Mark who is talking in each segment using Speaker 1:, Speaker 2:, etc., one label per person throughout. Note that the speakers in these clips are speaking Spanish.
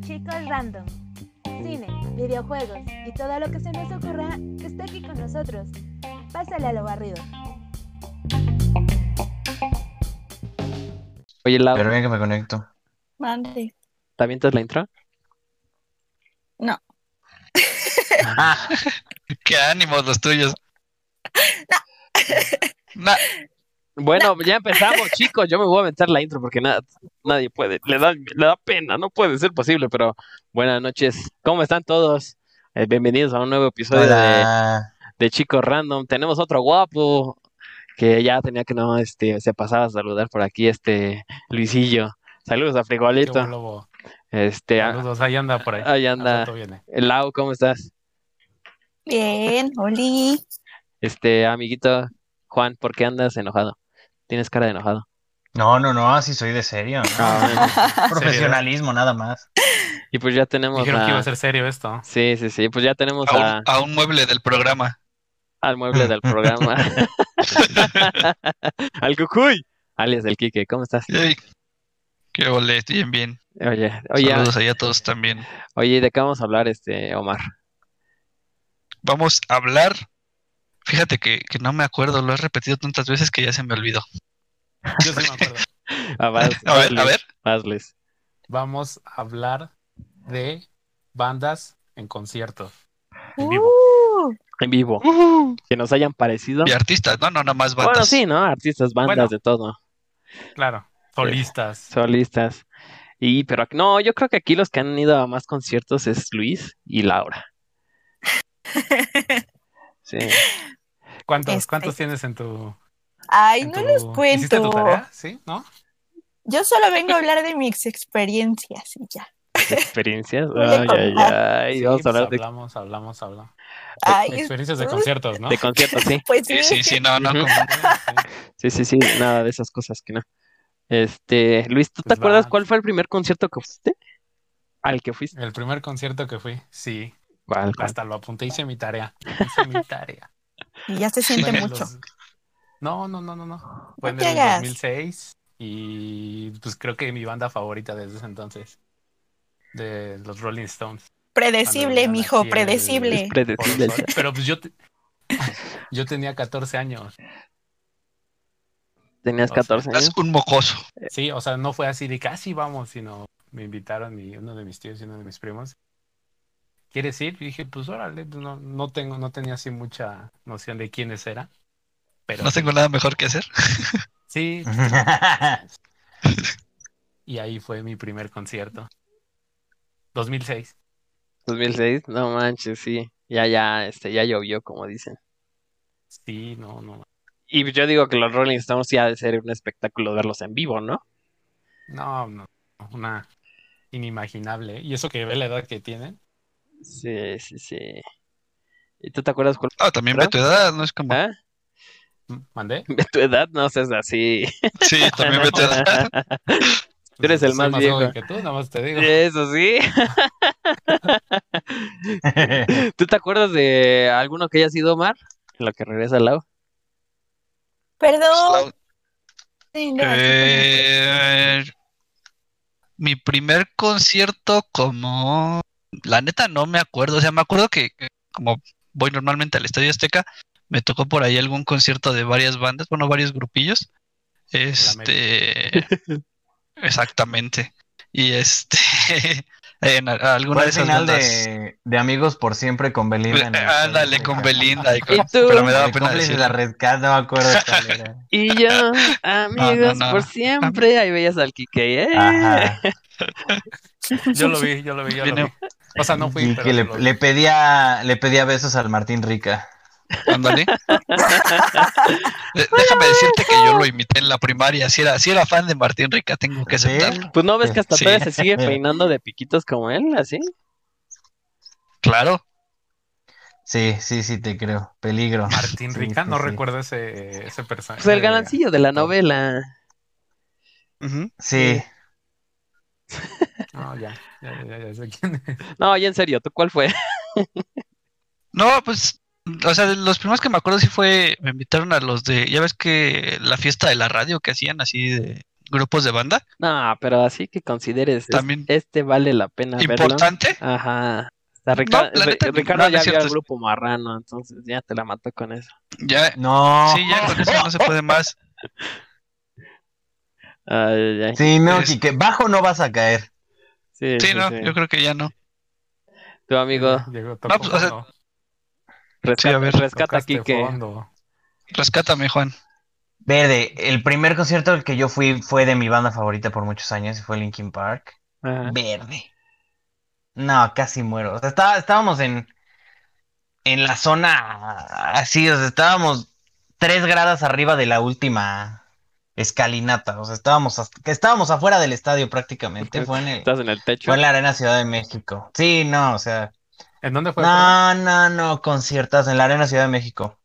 Speaker 1: Chicos Random. Cine, videojuegos y todo lo que se nos ocurra que esté aquí con nosotros. Pásale a lo barrido.
Speaker 2: Oye, Lau,
Speaker 3: Pero eh, bien que me conecto.
Speaker 4: Mande.
Speaker 2: ¿te avientas la intro?
Speaker 4: No.
Speaker 3: Ah, qué ánimos los tuyos. Na-
Speaker 2: Bueno, ya empezamos, chicos. Yo me voy a aventar la intro porque nada, nadie puede. Le da, le da pena, no puede ser posible, pero buenas noches. ¿Cómo están todos? Eh, bienvenidos a un nuevo episodio de,
Speaker 3: Hola.
Speaker 2: de Chicos Random. Tenemos otro guapo que ya tenía que no, este, se pasaba a saludar por aquí, este Luisillo. Saludos a
Speaker 5: Qué
Speaker 2: Frijolito.
Speaker 5: buen lobo.
Speaker 2: Este, a-
Speaker 5: Saludos, ahí anda por ahí.
Speaker 2: ahí
Speaker 5: Al
Speaker 2: anda.
Speaker 5: rato viene.
Speaker 2: Lau, ¿cómo estás?
Speaker 4: Bien, Oli.
Speaker 2: Este, amiguito Juan, ¿por qué andas enojado? Tienes cara de enojado.
Speaker 3: No, no, no, así soy de serio. ¿no? Profesionalismo, nada más.
Speaker 2: Y pues ya tenemos
Speaker 5: Dijeron
Speaker 2: a-
Speaker 5: que iba a ser serio esto.
Speaker 2: Sí, sí, sí, pues ya tenemos
Speaker 6: a, un,
Speaker 2: a-
Speaker 6: a un mueble del programa.
Speaker 2: al mueble del programa. al Cucuy, alias del Quique, ¿cómo estás?
Speaker 6: Ey, qué ole, estoy bien, bien.
Speaker 2: Oye, oye,
Speaker 6: Saludos ahí a todos también.
Speaker 2: oye, ¿de qué vamos a hablar, este, Omar?
Speaker 6: Vamos a hablar. Fíjate que, que no me acuerdo, lo he repetido tantas veces que ya se me olvidó.
Speaker 5: Yo sí me acuerdo.
Speaker 2: Ah, vas-
Speaker 6: A ver, a
Speaker 2: hazles,
Speaker 6: ver.
Speaker 2: hazles.
Speaker 5: Vamos a hablar de bandas en concierto. En vivo.
Speaker 4: Uh,
Speaker 2: En vivo, que nos hayan parecido.
Speaker 6: Y artistas, no, no, nada más bandas.
Speaker 2: Bueno, sí, ¿no? Artistas, bandas,
Speaker 5: Bueno.
Speaker 2: de todo,
Speaker 5: Claro. Solistas.
Speaker 2: solistas. Y, pero no, yo creo que aquí los que han ido a más conciertos es Luis y Laura. Sí.
Speaker 5: ¿Cuántos,
Speaker 4: Este.
Speaker 5: cuántos tienes en tu.
Speaker 4: Ay,
Speaker 5: en
Speaker 4: no
Speaker 5: tu-
Speaker 4: les
Speaker 5: ¿Hiciste tu
Speaker 4: cuento.
Speaker 5: tarea? Sí, ¿no?
Speaker 4: Yo solo vengo a hablar de mis experiencias y ya.
Speaker 2: Experiencias.
Speaker 4: Voy a
Speaker 2: Ay, ay, ay.
Speaker 5: Sí,
Speaker 2: Vamos a
Speaker 5: pues
Speaker 2: hablar de,
Speaker 5: hablamos, hablamos, hablamos.
Speaker 4: Ay,
Speaker 5: Experiencias de
Speaker 4: es-
Speaker 5: conciertos, ¿no?
Speaker 2: de conciertos, sí.
Speaker 4: Pues
Speaker 6: Sí, sí, sí, no, no.
Speaker 2: Ujú.
Speaker 6: como-
Speaker 2: Sí, sí, sí, nada de esas cosas que no. Este, Luis, ¿tú te
Speaker 5: Pues
Speaker 2: acuerdas
Speaker 5: va.
Speaker 2: cuál fue el primer concierto que fuiste? Al que fuiste.
Speaker 5: El primer concierto que fui, sí.
Speaker 2: ¿Cuál? cuál?
Speaker 5: Hasta lo apunté, hice mi tarea. Hice mi tarea.
Speaker 4: Y ya se siente
Speaker 5: Fue en
Speaker 4: mucho.
Speaker 5: los- No, no, no, no, no. Fue en
Speaker 4: te
Speaker 5: el
Speaker 4: hagas.
Speaker 5: 2006 y pues creo que mi banda favorita desde ese entonces, de los Rolling Stones. cuando
Speaker 4: Predecible,
Speaker 5: eran
Speaker 4: mijo,
Speaker 5: aquí el-
Speaker 4: predecible.
Speaker 2: Predecible.
Speaker 5: Por- Pero pues yo, te- yo tenía 14 años.
Speaker 2: Tenías
Speaker 5: O sea,
Speaker 2: 14
Speaker 6: Estás
Speaker 2: años.
Speaker 6: un mocoso.
Speaker 5: Sí, o sea, no fue así de casi vamos, sino me invitaron y uno de mis tíos y uno de mis primos. ¿Quieres ir? Y dije, pues órale, pues, no, no tengo, no tenía así mucha noción de quiénes eran. Pero
Speaker 6: No tengo nada mejor que hacer.
Speaker 5: sí, y ahí fue mi primer concierto. 2006.
Speaker 2: 2006, no manches, sí. Ya, ya, este, ya llovió, como dicen.
Speaker 5: Sí, no, no.
Speaker 2: Y yo digo que los Rolling Stones sí ha de ser un espectáculo verlos en vivo, ¿no?
Speaker 5: No, no. Una inimaginable. Y eso que ve la edad que tienen.
Speaker 2: Sí, sí, sí. ¿Y tú te acuerdas cuál?
Speaker 6: Ah, también ve tu edad, no es como.
Speaker 2: ¿Ah?
Speaker 5: mm, ¿Mandé?
Speaker 2: ¿De tu edad? No seas así.
Speaker 6: Sí, también ve tu edad.
Speaker 2: Tú eres el
Speaker 5: Soy
Speaker 2: más viejo.
Speaker 5: joven que tú, nada más te digo.
Speaker 2: Eso sí. ¿Tú te acuerdas de alguno que haya sido Omar? Lo que regresa al lado.
Speaker 6: Pues,
Speaker 4: Perdón. sí, no, sí,
Speaker 6: Eh, mi primer concierto como... La neta no me acuerdo, o sea, me acuerdo que que como voy normalmente al Estadio Azteca, me tocó por ahí algún concierto de varias bandas, bueno, varios grupillos. Este... Exactamente. Y este... en a- alguna
Speaker 3: Fue
Speaker 6: de
Speaker 3: el
Speaker 6: esas
Speaker 3: final
Speaker 6: bandas...
Speaker 3: de, de Amigos por Siempre con Belinda. en el-
Speaker 6: Ándale, con Belinda y con...
Speaker 2: ¿Y tú?
Speaker 6: Pero me daba
Speaker 3: El
Speaker 6: pena
Speaker 3: cómplice
Speaker 6: decir.
Speaker 3: de la rescate, no me acuerdo cuál era.
Speaker 2: Y yo, amigos,
Speaker 6: no, no.
Speaker 2: por siempre. Ahí veías al Kike, ¿eh?
Speaker 3: Ajá.
Speaker 5: Yo lo vi, yo lo vi, yo lo vi.
Speaker 6: Viene-
Speaker 5: O sea, no fui,
Speaker 3: Y
Speaker 5: pero
Speaker 3: que
Speaker 5: yo
Speaker 3: le,
Speaker 5: lo vi.
Speaker 3: le pedía, le pedía besos al Martín Rica.
Speaker 6: Ándale. De- Déjame decirte que yo lo imité en la primaria. Si era, si era fan de Martín Rica, tengo que aceptarlo.
Speaker 3: ¿Sí?
Speaker 2: Pues no ves que hasta
Speaker 6: Sí.
Speaker 2: todavía se sigue peinando de piquitos como él, así.
Speaker 6: Claro.
Speaker 3: Sí, sí, sí, te creo. Peligro.
Speaker 5: Martín
Speaker 3: Sí,
Speaker 5: Rica,
Speaker 3: sí,
Speaker 5: no
Speaker 3: sí.
Speaker 5: recuerdo ese, ese personaje.
Speaker 2: Pues el galancillo de la novela.
Speaker 6: Ujú.
Speaker 3: Sí.
Speaker 5: No, ya, ya, ya, ya sé quién es.
Speaker 2: No, ya en serio, ¿tú cuál fue?
Speaker 6: No, pues O sea, de los primeros que me acuerdo sí fue, me invitaron a los de, ya ves que la fiesta de la radio que hacían así de grupos de banda,
Speaker 2: No, pero así que consideres, es-
Speaker 6: También-
Speaker 2: este vale la pena verlo.
Speaker 6: importante.
Speaker 2: Ajá. Hasta Rica-
Speaker 6: la neta,
Speaker 2: Ri- Ricardo
Speaker 6: no, no
Speaker 2: ya
Speaker 6: es
Speaker 2: vio
Speaker 6: cierto.
Speaker 2: al grupo marrano, entonces ya te la mató con eso.
Speaker 6: Ya,
Speaker 3: No.
Speaker 6: sí, ya con eso no se puede más.
Speaker 2: Ay, ay, ay.
Speaker 3: Sí, no,
Speaker 6: Es-
Speaker 3: Quique, bajo no vas a caer.
Speaker 2: Sí,
Speaker 6: Sí,
Speaker 2: sí,
Speaker 6: no,
Speaker 2: sí.
Speaker 6: yo creo que ya no.
Speaker 2: Tu amigo
Speaker 5: Llegó,
Speaker 6: No, pues, o sea,
Speaker 5: fondo,
Speaker 2: rescata,
Speaker 6: a ver.
Speaker 2: rescata
Speaker 5: tocaste
Speaker 2: aquí que
Speaker 5: fondo.
Speaker 6: Rescátame, Juan.
Speaker 3: Verde, el primer concierto al que yo fui fue de mi banda favorita por muchos años y fue Linkin Park.
Speaker 2: Ajá.
Speaker 3: Verde. No, casi muero. O sea, estaba- estábamos en, en la zona así, o sea, estábamos tres gradas arriba de la última escalinata. O sea, estábamos, hasta- que estábamos afuera del estadio prácticamente. Fue en el,
Speaker 2: estás en el techo.
Speaker 3: fue en la Arena Ciudad de México. Sí, no, o sea.
Speaker 5: ¿En dónde fue?
Speaker 3: No, no, no, conciertas en la Arena Ciudad de México.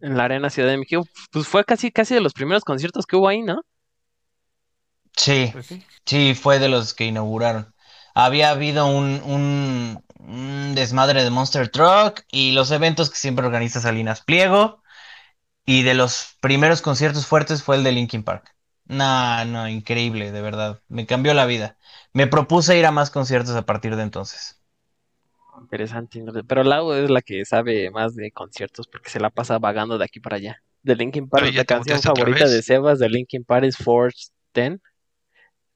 Speaker 2: En la Arena Ciudad de México. Pues fue casi, casi de los primeros conciertos que hubo ahí, ¿no?
Speaker 3: Sí.
Speaker 5: Pues sí.
Speaker 3: Sí, fue de los que inauguraron. Había habido un, un, un desmadre de Monster Truck y los eventos que siempre organiza Salinas Pliego. Y de los primeros conciertos fuertes fue el de Linkin Park. No, no, increíble, de verdad. Me cambió la vida. Me propuse ir a más conciertos a partir de entonces.
Speaker 2: Interesante. ¿no? Pero Lau es la que sabe más de conciertos porque se la pasa vagando de aquí para allá. De Linkin Park,
Speaker 6: Pero ya
Speaker 2: la
Speaker 6: te
Speaker 2: canción
Speaker 6: volteaste otra
Speaker 2: favorita
Speaker 6: vez.
Speaker 2: de Sebas de Linkin Park es Force 10.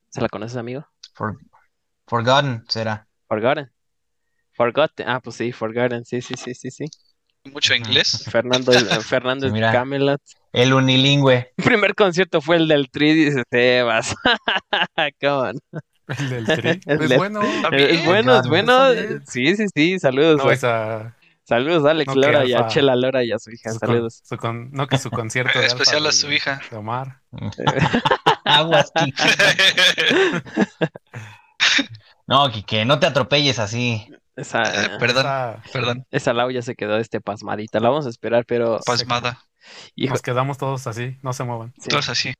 Speaker 2: ¿Se la conoces, amigo?
Speaker 3: For- Forgotten será.
Speaker 2: Forgotten. Forgotten. Ah, pues sí, Forgotten. Sí, sí, sí, sí, sí.
Speaker 6: Mucho inglés.
Speaker 2: Fernando, eh, Fernando
Speaker 3: Sí, mira.
Speaker 2: Camelot.
Speaker 3: El unilingüe.
Speaker 2: El primer concierto fue el del Tri, dice Sebas. Come on.
Speaker 5: El del tri.
Speaker 2: El
Speaker 5: Es
Speaker 2: del-
Speaker 5: bueno.
Speaker 2: Es bueno, es
Speaker 3: Forgotten.
Speaker 2: bueno.
Speaker 5: Está bien.
Speaker 2: Sí, sí, sí. Saludos.
Speaker 5: No, esa-
Speaker 2: Saludos a Alex
Speaker 5: No, que
Speaker 2: Lora y a
Speaker 5: Alfa-
Speaker 2: Chela Lora y a su hija.
Speaker 5: su con-
Speaker 2: Saludos.
Speaker 5: su con- no, que su concierto de
Speaker 6: Especial
Speaker 5: Alfa
Speaker 6: a su
Speaker 5: de-
Speaker 6: hija.
Speaker 5: de Omar.
Speaker 3: Aguas, Quique. No, Quique, no te atropelles así.
Speaker 2: Esa,
Speaker 6: Perdón,
Speaker 5: Esa-
Speaker 6: perdón.
Speaker 2: esa Lau ya se quedó este pasmadita. La vamos a esperar, pero
Speaker 6: Pasmada.
Speaker 2: hijo,
Speaker 5: nos quedamos todos así, no se muevan.
Speaker 2: sí.
Speaker 6: Todos así.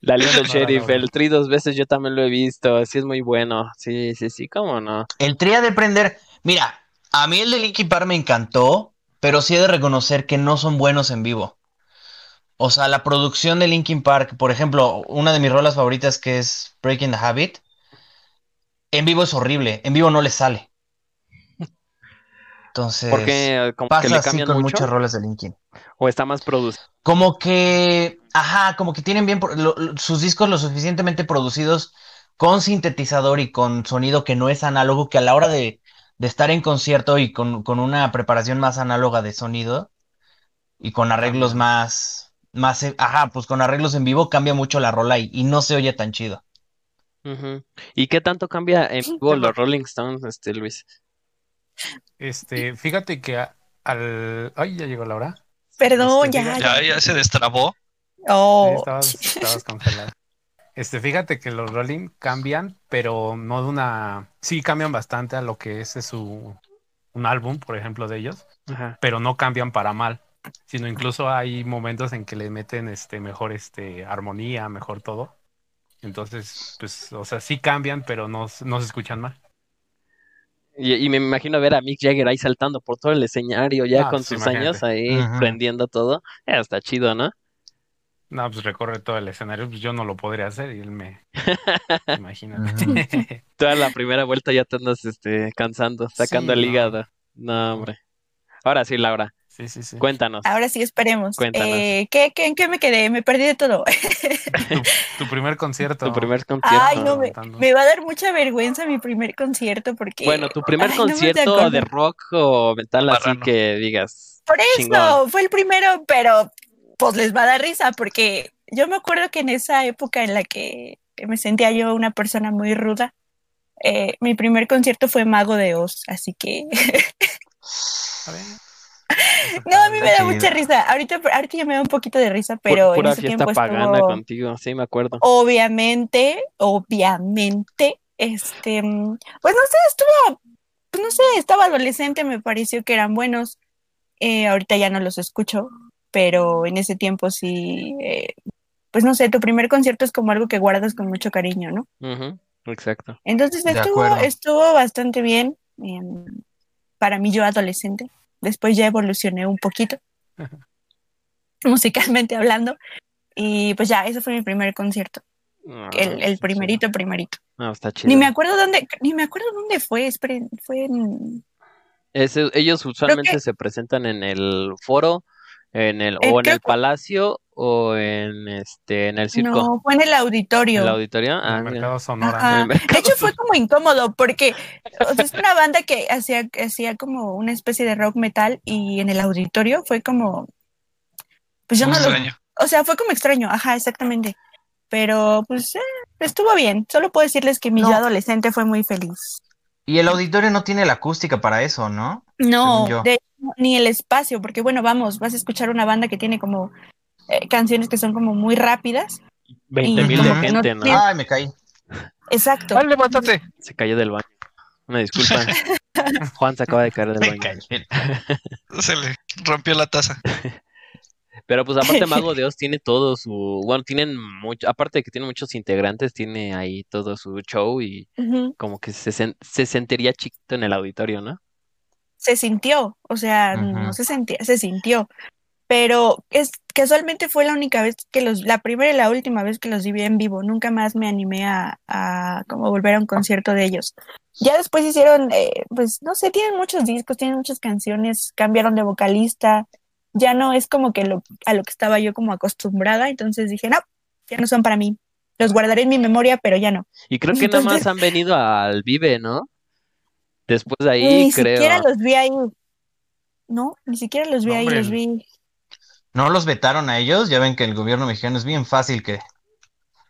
Speaker 2: la León del
Speaker 5: No, no,
Speaker 2: Sheriff,
Speaker 5: no.
Speaker 2: el Tri dos veces yo también lo he visto. Sí, es muy bueno. Sí, sí, sí, cómo no.
Speaker 3: El tría de prender. Mira, a mí el de Linkin Park me encantó, pero sí he de reconocer que no son buenos en vivo. O sea, la producción de Linkin Park, por ejemplo, una de mis rolas favoritas que es Breaking the Habit, en vivo es horrible, en vivo no le sale. Entonces,
Speaker 2: Porque como que
Speaker 3: pasa
Speaker 2: le
Speaker 3: así
Speaker 2: cambian
Speaker 3: con
Speaker 2: mucho
Speaker 3: muchas rolas de Linkin.
Speaker 2: o está más producido.
Speaker 3: Como que, ajá, como que tienen bien pro- lo- lo- sus discos lo suficientemente producidos con sintetizador y con sonido que no es análogo, que a la hora de, de estar en concierto y con, con una preparación más análoga de sonido y con arreglos
Speaker 5: Cambia.
Speaker 3: más, más, eh, ajá, pues con arreglos en vivo cambia mucho la rola y, y no se oye tan chido.
Speaker 2: Ujú. ¿Y qué tanto cambia en vivo
Speaker 4: Qué
Speaker 2: los Rolling Stones, este Luis?
Speaker 5: Este, fíjate que a- al. Ay, ya llegó la hora.
Speaker 4: Perdón,
Speaker 5: Este,
Speaker 4: ya,
Speaker 6: Ya, ya se destrabó.
Speaker 5: Sí,
Speaker 4: Oh,
Speaker 5: estabas, estabas congelado. Este, fíjate que los Rolling cambian, pero no de una. Sí, cambian bastante a lo que es su un álbum, por ejemplo, de ellos,
Speaker 2: Ajá.
Speaker 5: pero no cambian para mal, sino incluso hay momentos en que le meten este mejor este armonía, mejor todo. Entonces, pues, o sea, sí cambian, pero no, s- no se escuchan mal.
Speaker 2: Y, y me imagino ver a Mick Jagger ahí saltando por todo el escenario, ya
Speaker 5: Ah,
Speaker 2: con
Speaker 5: pues,
Speaker 2: sus
Speaker 5: imagínate.
Speaker 2: años ahí
Speaker 3: Ujú.
Speaker 2: prendiendo todo. Eh, está chido, ¿no?
Speaker 5: No, pues recorre todo el escenario, pues yo no lo podría hacer y él me.
Speaker 3: Ujú.
Speaker 5: Imagínate.
Speaker 2: Toda la primera vuelta ya te andas este, cansando, sacando
Speaker 5: Sí,
Speaker 2: el
Speaker 5: no.
Speaker 2: hígado. No, hombre. Ahora sí, Laura,
Speaker 5: Sí, sí, sí.
Speaker 2: cuéntanos.
Speaker 7: Ah,
Speaker 4: ahora sí, esperemos.
Speaker 2: Cuéntanos.
Speaker 4: Eh, ¿qué, qué, ¿En qué me quedé? Me perdí de todo.
Speaker 5: Tu primer concierto.
Speaker 2: Tu primer concierto.
Speaker 4: Ay, no, me,
Speaker 5: Contando.
Speaker 4: me va a dar mucha vergüenza mi primer concierto porque...
Speaker 2: Bueno, tu primer
Speaker 4: Ay, no me
Speaker 2: concierto
Speaker 4: acuerdo.
Speaker 2: de rock o metal así
Speaker 6: Marrano.
Speaker 2: que digas.
Speaker 4: Por eso,
Speaker 2: chingón.
Speaker 4: fue el primero, pero pues les va a dar risa porque yo me acuerdo que en esa época en la que me sentía yo una persona muy ruda, eh, mi primer concierto fue Mago de Oz, así que...
Speaker 5: A ver.
Speaker 4: No, a mí me da
Speaker 3: Chido.
Speaker 4: mucha risa. Ahorita, ahorita ya me da un poquito de risa,
Speaker 2: Pu-
Speaker 4: pero en
Speaker 2: pura
Speaker 4: ese
Speaker 2: fiesta
Speaker 4: tiempo estuvo-
Speaker 2: pagana contigo, sí, me acuerdo.
Speaker 4: obviamente, obviamente, este, mm, pues no sé, estuvo, pues no sé, estaba adolescente, me pareció que eran buenos. Eh, ahorita ya no los escucho, pero en ese tiempo sí, eh, pues no sé, tu primer concierto es como algo que guardas con mucho cariño, ¿no?
Speaker 2: Ujú. Exacto.
Speaker 7: Entonces
Speaker 3: De
Speaker 7: estuvo,
Speaker 3: acuerdo.
Speaker 7: estuvo bastante bien em, para mí yo adolescente. Después ya evolucioné un poquito, musicalmente hablando. Y pues ya, ese fue mi primer concierto,
Speaker 2: Ah,
Speaker 7: el, el
Speaker 2: sí,
Speaker 7: primerito, primerito.
Speaker 2: sí. No, está chido.
Speaker 7: Ni me acuerdo dónde, ni me acuerdo dónde fue, esperen, fue en...
Speaker 2: Ese- ellos usualmente
Speaker 7: que-
Speaker 2: se presentan en el foro, en el,
Speaker 7: Eh,
Speaker 2: o en
Speaker 7: creo
Speaker 2: el
Speaker 7: que-
Speaker 2: palacio, o en este, en el circo,
Speaker 7: No, fue en el
Speaker 2: en
Speaker 7: auditorio.
Speaker 2: el auditorio. Ah,
Speaker 5: el
Speaker 2: mira.
Speaker 5: mercado sonora.
Speaker 7: Ajá.
Speaker 2: En el mercado
Speaker 7: De hecho fue como incómodo porque o sea, es una banda que hacía, hacía como una especie de rock metal y en el auditorio fue como... Pues yo
Speaker 6: Muy
Speaker 7: no lo
Speaker 6: extraño.
Speaker 7: O sea, fue como extraño, ajá, exactamente. Pero pues eh, estuvo bien. Solo puedo decirles que mi
Speaker 3: No.
Speaker 7: yo adolescente fue muy feliz.
Speaker 3: Y el auditorio no tiene la acústica para eso, ¿no?
Speaker 7: No,
Speaker 3: Según yo.
Speaker 7: de- ni el espacio, porque bueno, vamos, vas a escuchar una banda que tiene como eh, canciones que son como muy rápidas.
Speaker 2: 20 mil
Speaker 3: Y
Speaker 2: de
Speaker 3: como que
Speaker 7: no
Speaker 2: gente, ¿no?
Speaker 7: tiene-
Speaker 3: Ay, me caí.
Speaker 7: Exacto.
Speaker 6: ¡Dale, mátate!
Speaker 2: Se cayó del baño. Una disculpa. Juan se acaba de caer del
Speaker 3: Me
Speaker 2: baño.
Speaker 3: caí.
Speaker 6: Se le rompió la taza.
Speaker 2: Pero pues aparte Mago Dios tiene todo su, bueno, tienen mucho, aparte de que tiene muchos integrantes, tiene ahí todo su show y
Speaker 7: Ujú.
Speaker 2: como que se, sen- se sentiría chiquito en el auditorio, ¿no?
Speaker 7: Se sintió, o sea,
Speaker 3: Ujú.
Speaker 7: no se sentía, se sintió. Pero es casualmente fue la única vez que los, la primera y la última vez que los vi en vivo. Nunca más me animé a, a como volver a un concierto de ellos. Ya después hicieron, eh, pues no sé, tienen muchos discos, tienen muchas canciones, cambiaron de vocalista. Ya no es como que lo, a lo que estaba yo como acostumbrada. Entonces dije, no, ya no son para mí. Los guardaré en mi memoria, pero ya no.
Speaker 2: Y creo que nada más
Speaker 7: Entonces-
Speaker 2: han venido al Vive, ¿no? Después de ahí,
Speaker 7: ni
Speaker 2: creo.
Speaker 7: siquiera los vi ahí. No, ni siquiera los vi
Speaker 5: No,
Speaker 7: ahí,
Speaker 5: hombre.
Speaker 7: los vi.
Speaker 3: ¿No los vetaron a ellos? Ya ven que el gobierno mexicano es bien fácil que,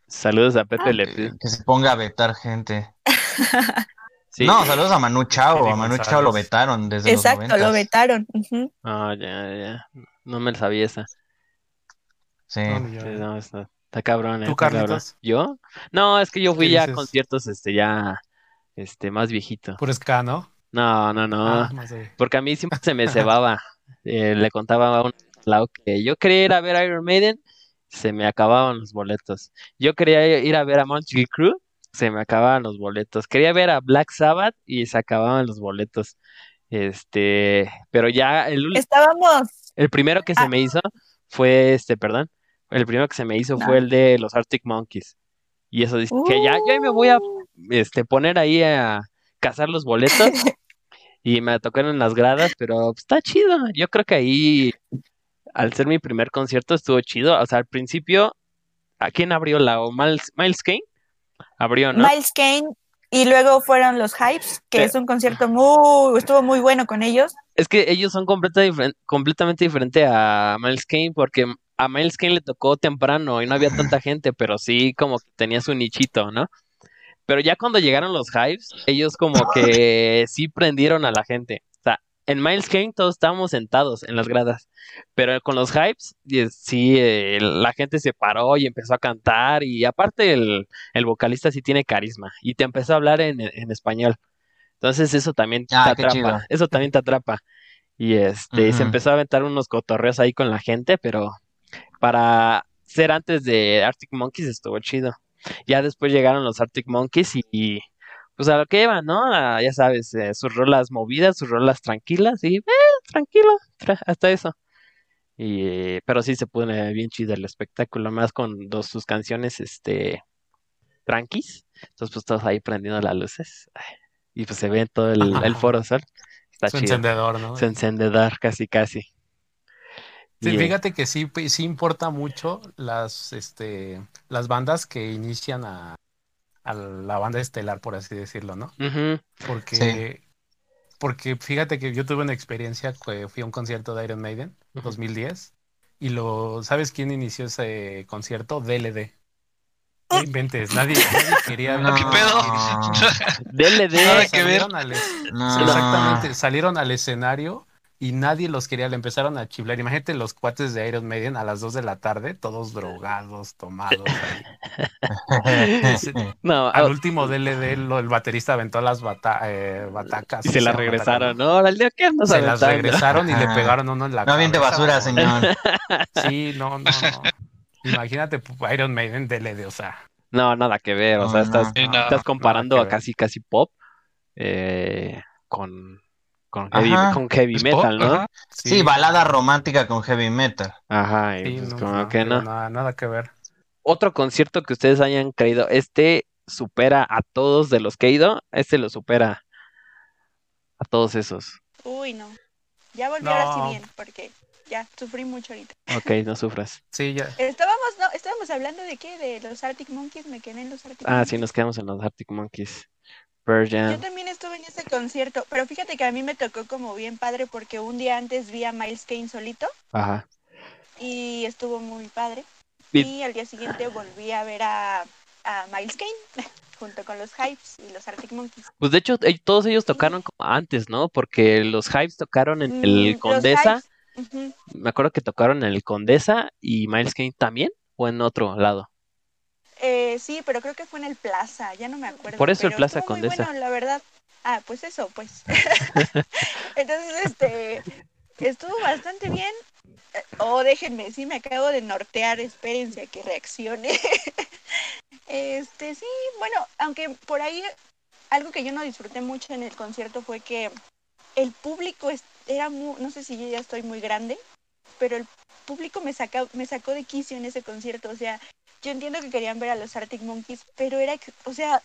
Speaker 2: Saludos a Pepe
Speaker 6: Ah,
Speaker 2: Le
Speaker 6: ok.
Speaker 2: Pew.
Speaker 3: que se ponga a vetar gente.
Speaker 2: Sí.
Speaker 3: No, saludos a Manu Chao.
Speaker 5: Speedy
Speaker 3: A Manu
Speaker 5: González.
Speaker 3: Chao lo vetaron desde los
Speaker 7: Exacto,
Speaker 3: 90.
Speaker 7: lo vetaron. ujú.
Speaker 2: Ah, ya, ya. No me la sabía esa.
Speaker 3: Sí.
Speaker 5: No, ni yo.
Speaker 2: Sí, no, está, está cabrón, eh,
Speaker 5: ¿Tú,
Speaker 2: está cabrón.
Speaker 5: Carlitos?
Speaker 2: ¿Yo? No, es que yo fui
Speaker 5: ¿Qué
Speaker 2: ya a
Speaker 5: dices?
Speaker 2: conciertos, este, ya, este, más viejito.
Speaker 5: Puro ska, ¿no?
Speaker 2: No, no, no.
Speaker 5: Ah, no sé.
Speaker 2: Porque a mí siempre se me cebaba. Eh, le contaba a un lado que yo quería ir a ver Iron Maiden, se me acababan los boletos. Yo quería ir a ver a Montreal Crew, se me acababan los boletos. Quería ver a Black Sabbath y se acababan los boletos. Este, pero ya el, ul-
Speaker 7: Estábamos,
Speaker 2: el primero que se
Speaker 7: Ah.
Speaker 2: me hizo fue este, perdón, el primero que se me hizo
Speaker 7: No.
Speaker 2: fue el de los Arctic Monkeys. Y eso dice que ya, ya me voy a
Speaker 7: Uh,
Speaker 2: este, poner ahí a cazar los boletos y me tocaron en las gradas, pero pues, está chido. Yo creo que ahí, al ser mi primer concierto, estuvo chido. O sea, al principio, ¿a quién abrió la o Miles, Miles Kane? Abrió, ¿no?
Speaker 7: Miles Kane y luego fueron los Hypes, que
Speaker 2: Pero-
Speaker 7: es un concierto muy, estuvo muy bueno con ellos.
Speaker 2: Es que ellos son completa difer- completamente diferente a Miles Kane porque a Miles Kane le tocó temprano y no había tanta gente, pero sí como que tenía su nichito, ¿no? Pero ya cuando llegaron los Hives, ellos como que sí prendieron a la gente. O sea, en Miles Kane todos estábamos sentados en las gradas, pero con los Hives y- sí eh, la gente se paró y empezó a cantar y aparte el, el vocalista sí tiene carisma y te empezó a hablar en, en español. Entonces eso también te
Speaker 3: Ah, qué
Speaker 2: atrapa,
Speaker 3: chido.
Speaker 2: eso también te atrapa. Y este, y se
Speaker 3: Ujú.
Speaker 2: empezó a aventar unos cotorreos ahí con la gente, pero para ser antes de Arctic Monkeys estuvo chido. Ya después llegaron los Arctic Monkeys y, y, pues a lo que iban, ¿no? A, ya sabes, eh, sus rolas movidas, sus rolas tranquilas y eh, tranquilo, tra- hasta eso. Y, eh, pero sí se pone bien chido el espectáculo, más con dos sus canciones, este, tranquis. Entonces pues todos ahí prendiendo las luces Ay, y pues se ve todo el, el foro sol. Está
Speaker 5: Su
Speaker 2: chido.
Speaker 5: encendedor, ¿no?
Speaker 2: Se encende dar casi casi.
Speaker 5: Sí,
Speaker 2: Y, eh,
Speaker 5: fíjate que sí, pues, sí importa mucho las, este, las bandas que inician a, a la banda estelar, por así decirlo, ¿no?
Speaker 2: ujú.
Speaker 5: Porque, porque fíjate que yo tuve una experiencia que fui a un concierto de Iron Maiden,
Speaker 2: Ujú.
Speaker 5: 2010, y lo, ¿sabes quién inició ese concierto? DLD. No inventes, nadie, nadie quería.
Speaker 3: No.
Speaker 6: ¿Qué pedo?
Speaker 2: DLD,
Speaker 6: Nada que ver.
Speaker 5: Salieron al es-
Speaker 3: No.
Speaker 5: Exactamente, salieron al escenario y nadie los quería, le empezaron a chiflar. Imagínate los cuates de Iron Maiden a las 2 de la tarde, todos drogados, tomados. ahí.
Speaker 2: Ah. no,
Speaker 5: Al
Speaker 2: ah,
Speaker 5: último DLD, lo- el baterista aventó las bata- eh, batacas.
Speaker 2: y se la
Speaker 5: llama?
Speaker 2: regresaron,
Speaker 5: Batacas,
Speaker 2: ¿no? Órale, ¿qué
Speaker 5: ¿no?
Speaker 2: andas
Speaker 5: Se las
Speaker 2: aventando?
Speaker 5: regresaron y le
Speaker 3: Ajá.
Speaker 5: pegaron uno en la
Speaker 3: No aviente
Speaker 5: cabeza,
Speaker 3: basura,
Speaker 5: mamón.
Speaker 3: señor.
Speaker 5: pues, Sí, no, no, no. Imagínate pu- Iron Maiden DLD, o sea,
Speaker 2: No, nada que ver, o
Speaker 3: No,
Speaker 2: sea,
Speaker 5: Ah,
Speaker 2: estás,
Speaker 3: no.
Speaker 6: Sí, no.
Speaker 2: estás comparando
Speaker 5: que
Speaker 2: a
Speaker 5: ver.
Speaker 2: casi casi pop eh, con, con
Speaker 3: Ajá.
Speaker 2: heavy, con heavy
Speaker 6: Es
Speaker 5: pues,
Speaker 6: pop,
Speaker 2: metal, ¿no?
Speaker 6: ajá.
Speaker 3: Sí, balada romántica con heavy metal.
Speaker 2: Ajá, y
Speaker 5: Sí,
Speaker 2: pues
Speaker 5: no,
Speaker 2: como
Speaker 5: no,
Speaker 2: que
Speaker 5: pero
Speaker 2: no.
Speaker 5: Nada, nada que ver.
Speaker 2: Otro concierto que ustedes hayan creído, este supera a todos de los que he ido, este lo supera a todos esos.
Speaker 7: Uy, no. Ya volví
Speaker 5: No.
Speaker 7: ahora sí bien, porque ya sufrí mucho ahorita.
Speaker 2: Ok, no sufras.
Speaker 5: Sí, ya.
Speaker 7: Estábamos, no, estábamos hablando de qué, de los Arctic Monkeys, me quedé en los Arctic
Speaker 2: Ah,
Speaker 7: Monkeys.
Speaker 2: sí, nos quedamos en los Arctic Monkeys. Pearl
Speaker 7: Yo
Speaker 2: Jam.
Speaker 7: también estuve en ese concierto, pero fíjate que a mí me tocó como bien padre porque un día antes vi a Miles Kane solito
Speaker 2: Ajá.
Speaker 7: y estuvo muy padre.
Speaker 2: Y-
Speaker 7: Y, al día siguiente volví a ver a, a Miles Kane junto con los Hypes y los Arctic Monkeys.
Speaker 2: Pues de hecho, eh, todos ellos tocaron como antes, ¿no? Porque los Hypes tocaron en
Speaker 7: Mm,
Speaker 2: el
Speaker 7: los
Speaker 2: Condesa.
Speaker 7: Hypes, ujú.
Speaker 2: Me acuerdo que tocaron en el Condesa y Miles Kane también, o en otro lado.
Speaker 7: Eh, sí, pero creo que fue en el Plaza, ya no me acuerdo.
Speaker 2: Por eso el
Speaker 7: pero
Speaker 2: Plaza
Speaker 7: estuvo muy
Speaker 2: Condesa.
Speaker 7: Bueno, la verdad. Ah, pues eso, pues. Entonces, este, estuvo bastante bien. Eh, Oh, déjenme, sí, me acabo de nortear, espérense a que reaccione. Este, sí, bueno, aunque por ahí algo que yo no disfruté mucho en el concierto fue que el público es- era muy, no sé si yo ya estoy muy grande, pero el público me, saca, me sacó de quicio en ese concierto, o sea, yo entiendo que querían ver a los Arctic Monkeys, pero era, ex- o sea,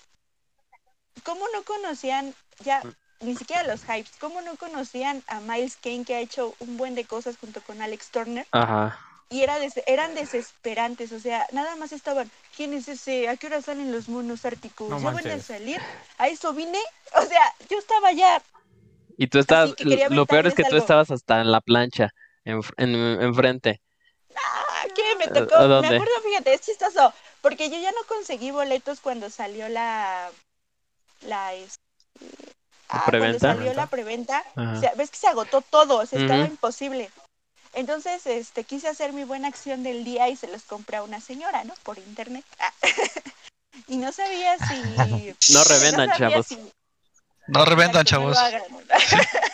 Speaker 7: ¿cómo no conocían ya ni siquiera los hypes? ¿Cómo no conocían a Miles Kane que ha hecho un buen de cosas junto con Alex Turner?
Speaker 2: Ajá.
Speaker 7: Y era des- eran desesperantes, o sea, nada más estaban, ¿quién es ese? ¿A qué hora salen los monos árticos?
Speaker 5: No
Speaker 7: ¿Ya van a
Speaker 5: manches.
Speaker 7: salir? ¿A eso vine? O sea, yo estaba ya,
Speaker 2: Y tú estabas,
Speaker 7: que quería
Speaker 2: lo peor es
Speaker 7: aventarles
Speaker 2: que tú
Speaker 7: algo.
Speaker 2: estabas hasta en la plancha, en, en, enfrente.
Speaker 7: ¿a qué me
Speaker 2: ¿A
Speaker 7: tocó? Me
Speaker 2: dónde?
Speaker 7: acuerdo, fíjate, es chistoso, porque yo ya no conseguí boletos cuando salió la... la este, ah, cuando
Speaker 2: preventa? Ah.
Speaker 7: salió la preventa,
Speaker 2: Ajá.
Speaker 7: O sea, ves que se agotó todo, o sea, estaba
Speaker 2: Ujú.
Speaker 7: imposible. Entonces, este, quise hacer mi buena acción del día y se los compré a una señora, ¿no? Por internet. Ah. y no sabía si...
Speaker 2: No revendan,
Speaker 7: sabía
Speaker 2: chavos.
Speaker 7: si-
Speaker 6: No revendan,
Speaker 7: Exacto, no
Speaker 6: chavos.
Speaker 7: lo hagan.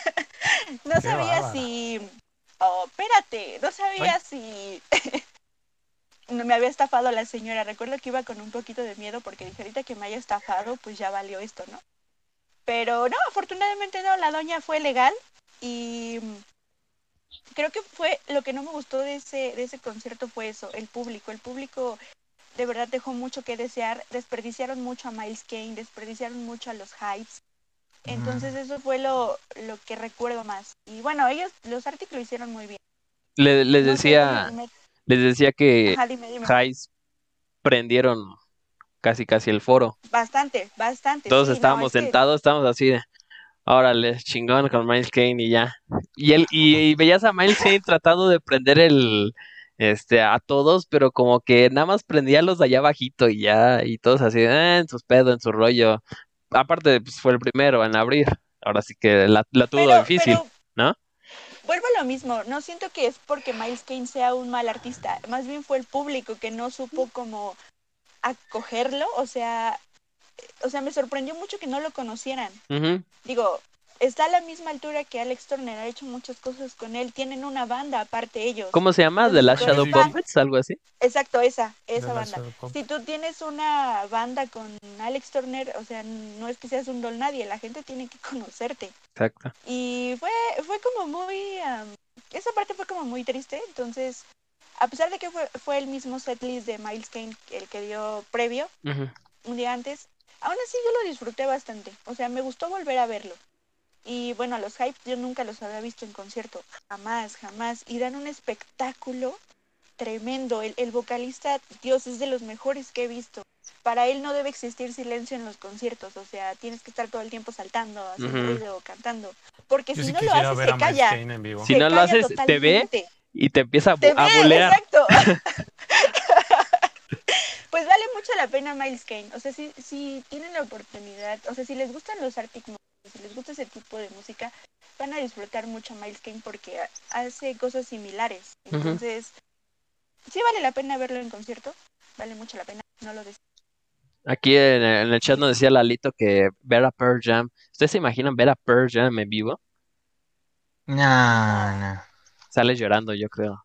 Speaker 7: No
Speaker 5: Qué
Speaker 7: sabía
Speaker 5: bárbara.
Speaker 7: si... Oh, espérate, no sabía si... no me había estafado la señora. Recuerdo que iba con un poquito de miedo porque dije, ahorita que me haya estafado, pues ya valió esto, ¿no? Pero no, afortunadamente no, la doña fue legal y mm, creo que fue lo que no me gustó de ese, de ese concierto fue eso, el público. El público de verdad dejó mucho que desear, desperdiciaron mucho a Miles Kane, desperdiciaron mucho a los hypes. Entonces eso fue lo, lo que recuerdo más. Y bueno, ellos, los Arctic lo hicieron muy bien.
Speaker 2: Le- les
Speaker 7: No sé,
Speaker 2: decía,
Speaker 7: dime,
Speaker 2: les decía que
Speaker 7: ajá, dime, dime.
Speaker 2: Highs prendieron casi casi el foro.
Speaker 7: Bastante, bastante.
Speaker 2: Todos
Speaker 7: sí, no,
Speaker 2: estábamos
Speaker 7: es que-
Speaker 2: sentados, estábamos así de, órale, chingón con Miles Kane y ya. Y él, y, y veías a Miles Kane tratando de prender el este a todos, pero como que nada más prendía a los de allá abajito y ya, y todos así, "Ah, en sus pedos, en su rollo. Aparte, pues fue el primero en abrir. Ahora sí que la, la tuvo
Speaker 7: Pero-
Speaker 2: difícil.
Speaker 7: pero
Speaker 2: ¿no?
Speaker 7: Vuelvo a lo mismo, no siento que es porque Miles Kane sea un mal artista, más bien fue el público que no supo como acogerlo, o sea, eh, o sea, me sorprendió mucho que no lo conocieran.
Speaker 2: Ujú.
Speaker 7: Digo, está a la misma altura que Alex Turner, ha hecho muchas cosas con él, tienen una banda aparte ellos.
Speaker 2: ¿Cómo se llama? ¿The
Speaker 7: Entonces,
Speaker 2: Last
Speaker 5: con
Speaker 2: Shadow
Speaker 5: esa-
Speaker 2: Puppets? ¿Algo así?
Speaker 7: Exacto, esa, esa
Speaker 5: de la
Speaker 7: banda.
Speaker 5: Shadow Pop.
Speaker 7: Si tú tienes una banda con Alex Turner, o sea, no es que seas un don nadie, la gente tiene que conocerte.
Speaker 2: Exacto.
Speaker 7: Y fue, fue como muy... am, esa parte fue como muy triste, entonces, a pesar de que fue, fue el mismo setlist de Miles Kane el que dio previo,
Speaker 2: Ujú.
Speaker 7: un día antes, aún así yo lo disfruté bastante, o sea, me gustó volver a verlo. Y bueno, a los hypes yo nunca los había visto en concierto, jamás, jamás, y dan un espectáculo tremendo, el, el vocalista, Dios, es de los mejores que he visto. Para él no debe existir silencio en los conciertos, o sea, tienes que estar todo el tiempo saltando, haciendo
Speaker 2: Ujú.
Speaker 7: ruido, cantando, porque
Speaker 5: Yo
Speaker 7: si
Speaker 5: sí
Speaker 7: no lo
Speaker 5: quisiera
Speaker 7: haces
Speaker 5: ver a
Speaker 7: se
Speaker 5: Miles
Speaker 7: calla.
Speaker 5: Kane en vivo.
Speaker 2: Sí. Si
Speaker 7: se
Speaker 2: no lo
Speaker 7: calla
Speaker 2: haces, te ve
Speaker 7: totalmente.
Speaker 2: Y te empieza a, bu-
Speaker 7: Te
Speaker 2: a
Speaker 7: ve,
Speaker 2: bulear.
Speaker 7: exacto. pues vale mucho la pena Miles Kane. O sea, si, si tienen la oportunidad, o sea, si les gustan los Arctic Monkeys, si les gusta ese tipo de música, van a disfrutar mucho a Miles Kane porque ha- hace cosas similares.
Speaker 2: Ujú.
Speaker 7: Entonces, sí vale la pena verlo en concierto. Vale mucho la pena. No lo des-
Speaker 2: Aquí en el, en el chat nos decía Lalito que ver a Pearl Jam. ¿Ustedes se imaginan ver a Pearl Jam en vivo?
Speaker 3: No, no.
Speaker 2: Sales llorando, yo creo.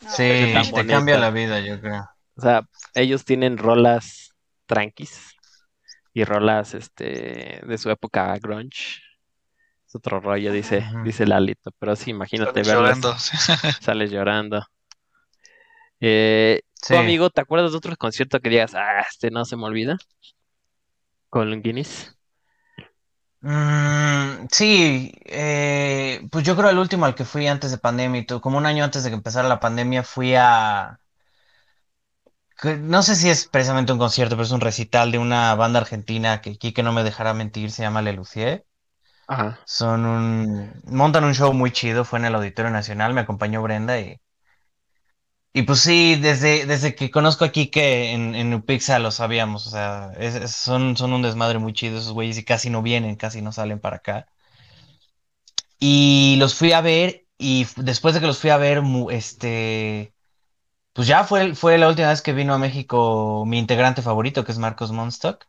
Speaker 7: no.
Speaker 3: Sí,
Speaker 2: tan
Speaker 3: te cambia
Speaker 2: bonito.
Speaker 3: la vida, yo creo.
Speaker 2: O sea, ellos tienen rolas tranquis y rolas este de su época grunge. Es otro rollo, dice,
Speaker 3: Ujú.
Speaker 2: dice Lalito, pero sí, imagínate
Speaker 6: Sales
Speaker 2: verlas,
Speaker 6: llorando, sí.
Speaker 2: sales llorando. Eh,
Speaker 3: Sí.
Speaker 2: ¿Tú, amigo, te acuerdas de otro concierto que digas, ah, este no se me olvida? Con Guinness.
Speaker 3: Mm, sí, eh, pues yo creo el último al que fui antes de pandemia y todo, como un año antes de que empezara la pandemia fui a... que No sé si es precisamente un concierto, pero es un recital de una banda argentina que Quique no me dejará mentir, se llama Le Luthier.
Speaker 2: Ajá.
Speaker 3: Son un... montan un show muy chido, fue en el Auditorio Nacional, me acompañó Brenda y... Y pues sí, desde, desde que conozco a Quique en, en Upixa lo sabíamos, o sea, es- es- son, son un desmadre muy chido esos güeyes y casi no vienen, casi no salen para acá. Y los fui a ver y f- después de que los fui a ver, mu- este, pues ya fue, fue la última vez que vino a México mi integrante favorito, que es Marcos Monstock.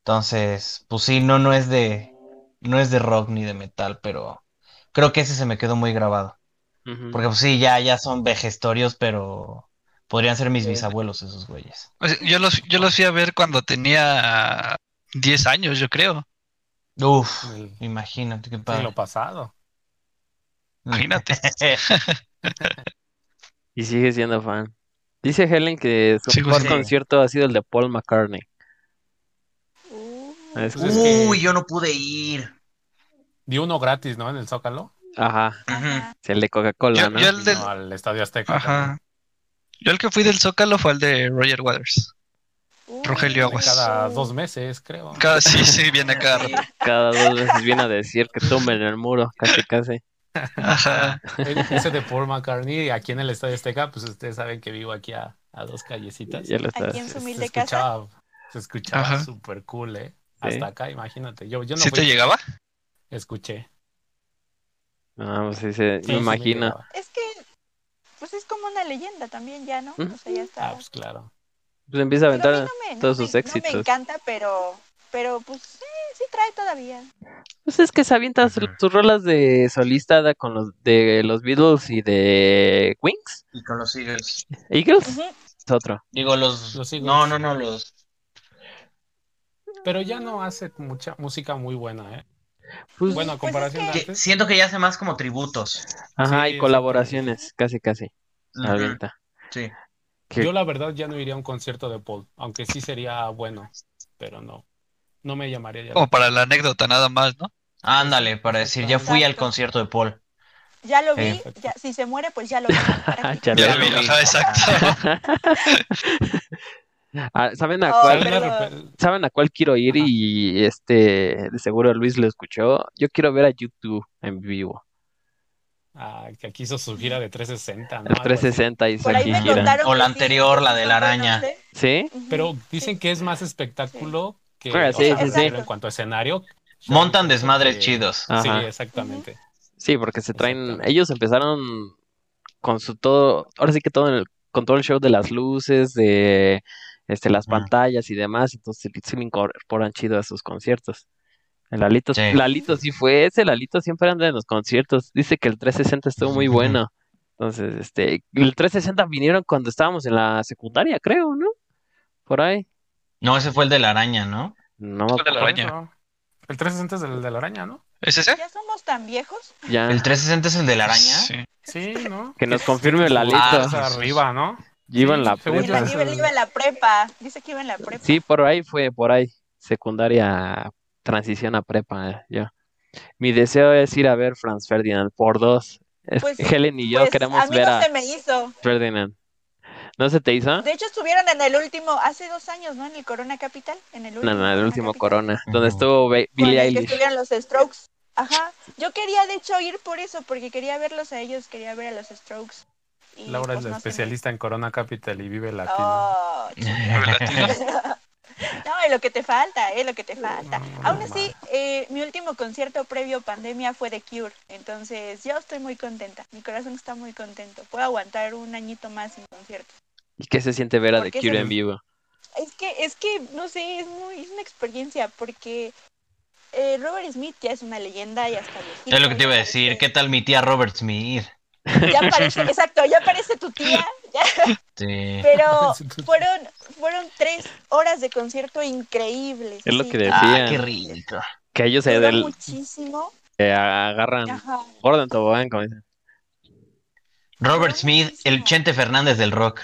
Speaker 3: Entonces, pues sí, no, no es de, no es de rock ni de metal, pero creo que ese se me quedó muy grabado.
Speaker 2: Ujú.
Speaker 3: Porque pues sí, ya, ya son vejestorios, pero podrían ser mis
Speaker 2: Sí.
Speaker 3: bisabuelos esos güeyes.
Speaker 6: Pues, yo los, yo los fui a ver cuando tenía 10 años, yo creo.
Speaker 3: Uf,
Speaker 5: en el
Speaker 3: imagínate qué
Speaker 5: siglo
Speaker 3: padre. Mm.
Speaker 5: pasado.
Speaker 6: Imagínate.
Speaker 2: Y sigue siendo fan. Dice Helen que su
Speaker 6: Sigo
Speaker 2: mejor
Speaker 3: siendo.
Speaker 2: concierto ha sido el de Paul McCartney.
Speaker 7: Uh,
Speaker 2: Es-
Speaker 5: Pues es que-
Speaker 3: Uy, yo no pude ir.
Speaker 5: Dio uno gratis, ¿no? En el Zócalo.
Speaker 2: Ajá,
Speaker 3: Ujú.
Speaker 2: es el de Coca-Cola,
Speaker 6: Yo-
Speaker 2: ¿no?
Speaker 6: yo el del-
Speaker 5: No, al Estadio Azteca.
Speaker 6: Ajá. Yo el que fui del Zócalo fue el de Roger Waters.
Speaker 7: uh,
Speaker 6: Rogelio
Speaker 5: también.
Speaker 6: Aguas.
Speaker 5: Este, Cada dos meses, creo.
Speaker 6: Cada, sí, sí, viene cada rato.
Speaker 2: Cada dos veces viene a decir que tumben el muro, casi casi.
Speaker 6: Ajá.
Speaker 5: E- Ese de Paul McCartney, aquí en el Estadio Azteca, pues ustedes saben que vivo aquí a, a dos callecitas.
Speaker 2: Ya lo
Speaker 7: Aquí en
Speaker 2: estás.
Speaker 7: su
Speaker 5: Se
Speaker 7: humilde casa.
Speaker 5: escuchaba, se escuchaba
Speaker 6: Ajá.
Speaker 5: súper cool, ¿eh?
Speaker 2: Sí.
Speaker 5: Hasta acá, imagínate. Yo, yo no
Speaker 6: ¿Sí
Speaker 5: fui,
Speaker 6: te llegaba?
Speaker 5: escuché.
Speaker 2: No, pues sí, se-
Speaker 5: Sí, sí
Speaker 2: me
Speaker 5: me
Speaker 2: imagino.
Speaker 5: llegaba.
Speaker 7: Es que, pues es como una leyenda también ya, ¿no?
Speaker 2: Ujú.
Speaker 7: O sea, ya
Speaker 5: Ah,
Speaker 7: está.
Speaker 5: pues claro.
Speaker 2: Pues empieza a
Speaker 7: Digo, a
Speaker 2: aventar.
Speaker 7: mí no me, no
Speaker 2: todos
Speaker 7: me-
Speaker 2: sus
Speaker 7: no me
Speaker 2: éxitos.
Speaker 7: encanta, pero, pero pues sí, sí trae todavía.
Speaker 2: Pues es que se avienta su-
Speaker 3: Ujú.
Speaker 2: sus rolas de solista da- con los de los Beatles y de Wings.
Speaker 3: Y con los Eagles.
Speaker 2: Eagles
Speaker 7: Ujú.
Speaker 2: es otro.
Speaker 3: Digo, los...
Speaker 5: Los Eagles.
Speaker 3: No, no, no, los...
Speaker 5: Pero ya no hace mucha música muy buena, ¿eh?
Speaker 2: Pues,
Speaker 5: Bueno, a
Speaker 7: Pues es
Speaker 5: comparación
Speaker 7: que-
Speaker 5: de
Speaker 3: que-
Speaker 5: antes.
Speaker 3: siento que ya hace más como tributos.
Speaker 2: ajá,
Speaker 5: sí,
Speaker 2: y
Speaker 5: exactamente.
Speaker 2: colaboraciones, casi casi.
Speaker 3: Ujú,
Speaker 2: Avienta.
Speaker 3: Sí.
Speaker 2: que-
Speaker 5: Yo la verdad ya no iría a un concierto de Paul, aunque sí sería bueno, pero no. No me llamaría ya. la
Speaker 6: Como para la anécdota nada más, ¿no?
Speaker 3: Ándale, para decir, ya fui al
Speaker 7: Exacto.
Speaker 3: concierto de Paul.
Speaker 7: Ya lo vi,
Speaker 3: Eh.
Speaker 7: ya, si se muere, pues ya lo vi.
Speaker 2: Ah, Ya
Speaker 6: Ya
Speaker 2: lo
Speaker 6: lo vi,
Speaker 3: vi.
Speaker 6: ajá, exacto.
Speaker 2: Ah, ¿Saben a
Speaker 7: Oh,
Speaker 2: cuál?
Speaker 5: atención. Salen
Speaker 7: pero-
Speaker 5: de repente-
Speaker 2: ¿Saben a cuál quiero ir?
Speaker 5: Ajá.
Speaker 2: Y este, de seguro Luis lo escuchó. Yo quiero ver a YouTube en vivo.
Speaker 5: Ah, que aquí hizo su gira de 360, ¿no?
Speaker 2: El
Speaker 5: Algo así.
Speaker 2: 360 hizo
Speaker 7: Por ahí
Speaker 2: aquí
Speaker 7: me
Speaker 2: gira.
Speaker 7: contaron.
Speaker 3: O la
Speaker 7: que sí,
Speaker 3: anterior, la de la
Speaker 7: entonces,
Speaker 3: araña.
Speaker 7: no sé.
Speaker 2: ¿Sí,
Speaker 7: Ujú.
Speaker 5: Pero dicen que es más espectáculo que,
Speaker 2: Ah,
Speaker 5: o
Speaker 2: sí,
Speaker 5: sea,
Speaker 2: sí,
Speaker 5: me
Speaker 2: sí.
Speaker 5: refiero en cuanto a escenario.
Speaker 3: Montan desmadres
Speaker 5: que-
Speaker 3: chidos.
Speaker 2: Ajá.
Speaker 5: Sí, exactamente.
Speaker 2: sí, porque se traen,
Speaker 5: Exactamente.
Speaker 2: ellos empezaron con su todo, ahora sí que todo el, con todo el show de las luces, de este, las
Speaker 3: Ujú.
Speaker 2: pantallas y demás, entonces sí- sí le incorporan chido a sus conciertos. El Lalito,
Speaker 3: Sí.
Speaker 2: Lalito sí fue ese, Lalito siempre anda en los conciertos, dice que el 360 estuvo muy
Speaker 3: Ujú.
Speaker 2: bueno. Entonces, este, el 360 vinieron cuando estábamos en la secundaria, creo, ¿no? Por ahí.
Speaker 3: No, ese fue el de la araña, ¿no?
Speaker 2: No me
Speaker 6: Fue de la
Speaker 2: acuerdo,
Speaker 6: araña.
Speaker 5: Eso. El 360 es el de la araña, ¿no?
Speaker 6: ¿Es ese?
Speaker 7: Ya somos tan viejos.
Speaker 2: ya.
Speaker 3: ¿El 360 es el de la araña?
Speaker 6: Sí.
Speaker 5: Sí, ¿no?
Speaker 2: Que nos confirme el Lalito.
Speaker 5: Ah,
Speaker 3: Ah,
Speaker 2: Jesús.
Speaker 5: arriba, ¿no?
Speaker 2: Yo iba en la
Speaker 5: según
Speaker 7: Iba,
Speaker 5: yo
Speaker 2: prepa.
Speaker 5: es
Speaker 7: iba-
Speaker 5: el-
Speaker 7: iba en la prepa. Dice que iba en la prepa.
Speaker 2: Sí, por ahí fue, por ahí. Secundaria, transición a prepa, eh, yo. Mi deseo es ir a ver Franz Ferdinand por dos. Es
Speaker 7: Pues-
Speaker 2: que Helen y yo
Speaker 7: pues
Speaker 2: queremos
Speaker 7: a mí
Speaker 2: ver
Speaker 7: no
Speaker 2: a ¿Ah?
Speaker 7: se me hizo.
Speaker 2: Ferdinand. ¿No se te hizo?
Speaker 7: De hecho, estuvieron en el último, hace dos años, ¿no? En el Corona Capital. En el
Speaker 2: No,
Speaker 7: último.
Speaker 2: no, el
Speaker 7: Corona
Speaker 2: último
Speaker 7: Capital.
Speaker 2: Corona, donde
Speaker 3: Ujú.
Speaker 2: estuvo Be-
Speaker 7: Con
Speaker 2: Billie
Speaker 7: el que
Speaker 2: Eilish.
Speaker 7: estuvieron los Strokes. Ajá. Yo quería, de hecho, ir por eso, porque quería verlos a ellos, quería ver a los Strokes. Y,
Speaker 5: Laura es la
Speaker 7: pues, no se me-
Speaker 5: especialista en Corona Capital y vive latino.
Speaker 7: Oh, No, es lo que te falta, es lo que te falta.
Speaker 5: No,
Speaker 7: Aún
Speaker 5: Mm, no
Speaker 7: así, eh, mi último concierto previo pandemia fue de Cure, entonces yo estoy muy contenta, mi corazón está muy contento. Puedo aguantar un aññito más sin concierto.
Speaker 2: ¿Y qué se siente ver a The
Speaker 7: Porque
Speaker 2: Cure
Speaker 5: se-
Speaker 2: en vivo?
Speaker 7: Es que, es que, no sé, es muy, es una experiencia porque eh, Robert Smith ya es una leyenda y hasta viejito,
Speaker 3: Es lo que te
Speaker 7: ya
Speaker 3: iba a
Speaker 7: parece-
Speaker 3: decir. ¿Qué tal mi tía Robert Smith?
Speaker 7: Ya parece, exacto, ya parece tu tía,
Speaker 3: Este,
Speaker 7: Pero fueron, fueron tres horas de concierto increíbles.
Speaker 2: Es lo que
Speaker 7: sí.
Speaker 3: Ah,
Speaker 2: decían.
Speaker 3: qué rico.
Speaker 2: Que ellos se
Speaker 7: Duró
Speaker 2: del-
Speaker 7: muchísimo.
Speaker 2: eh, agarran.
Speaker 7: Ajá.
Speaker 2: Gordon Tobogán, como dicen.
Speaker 3: Robert Smith, el Chente Fernández del rock.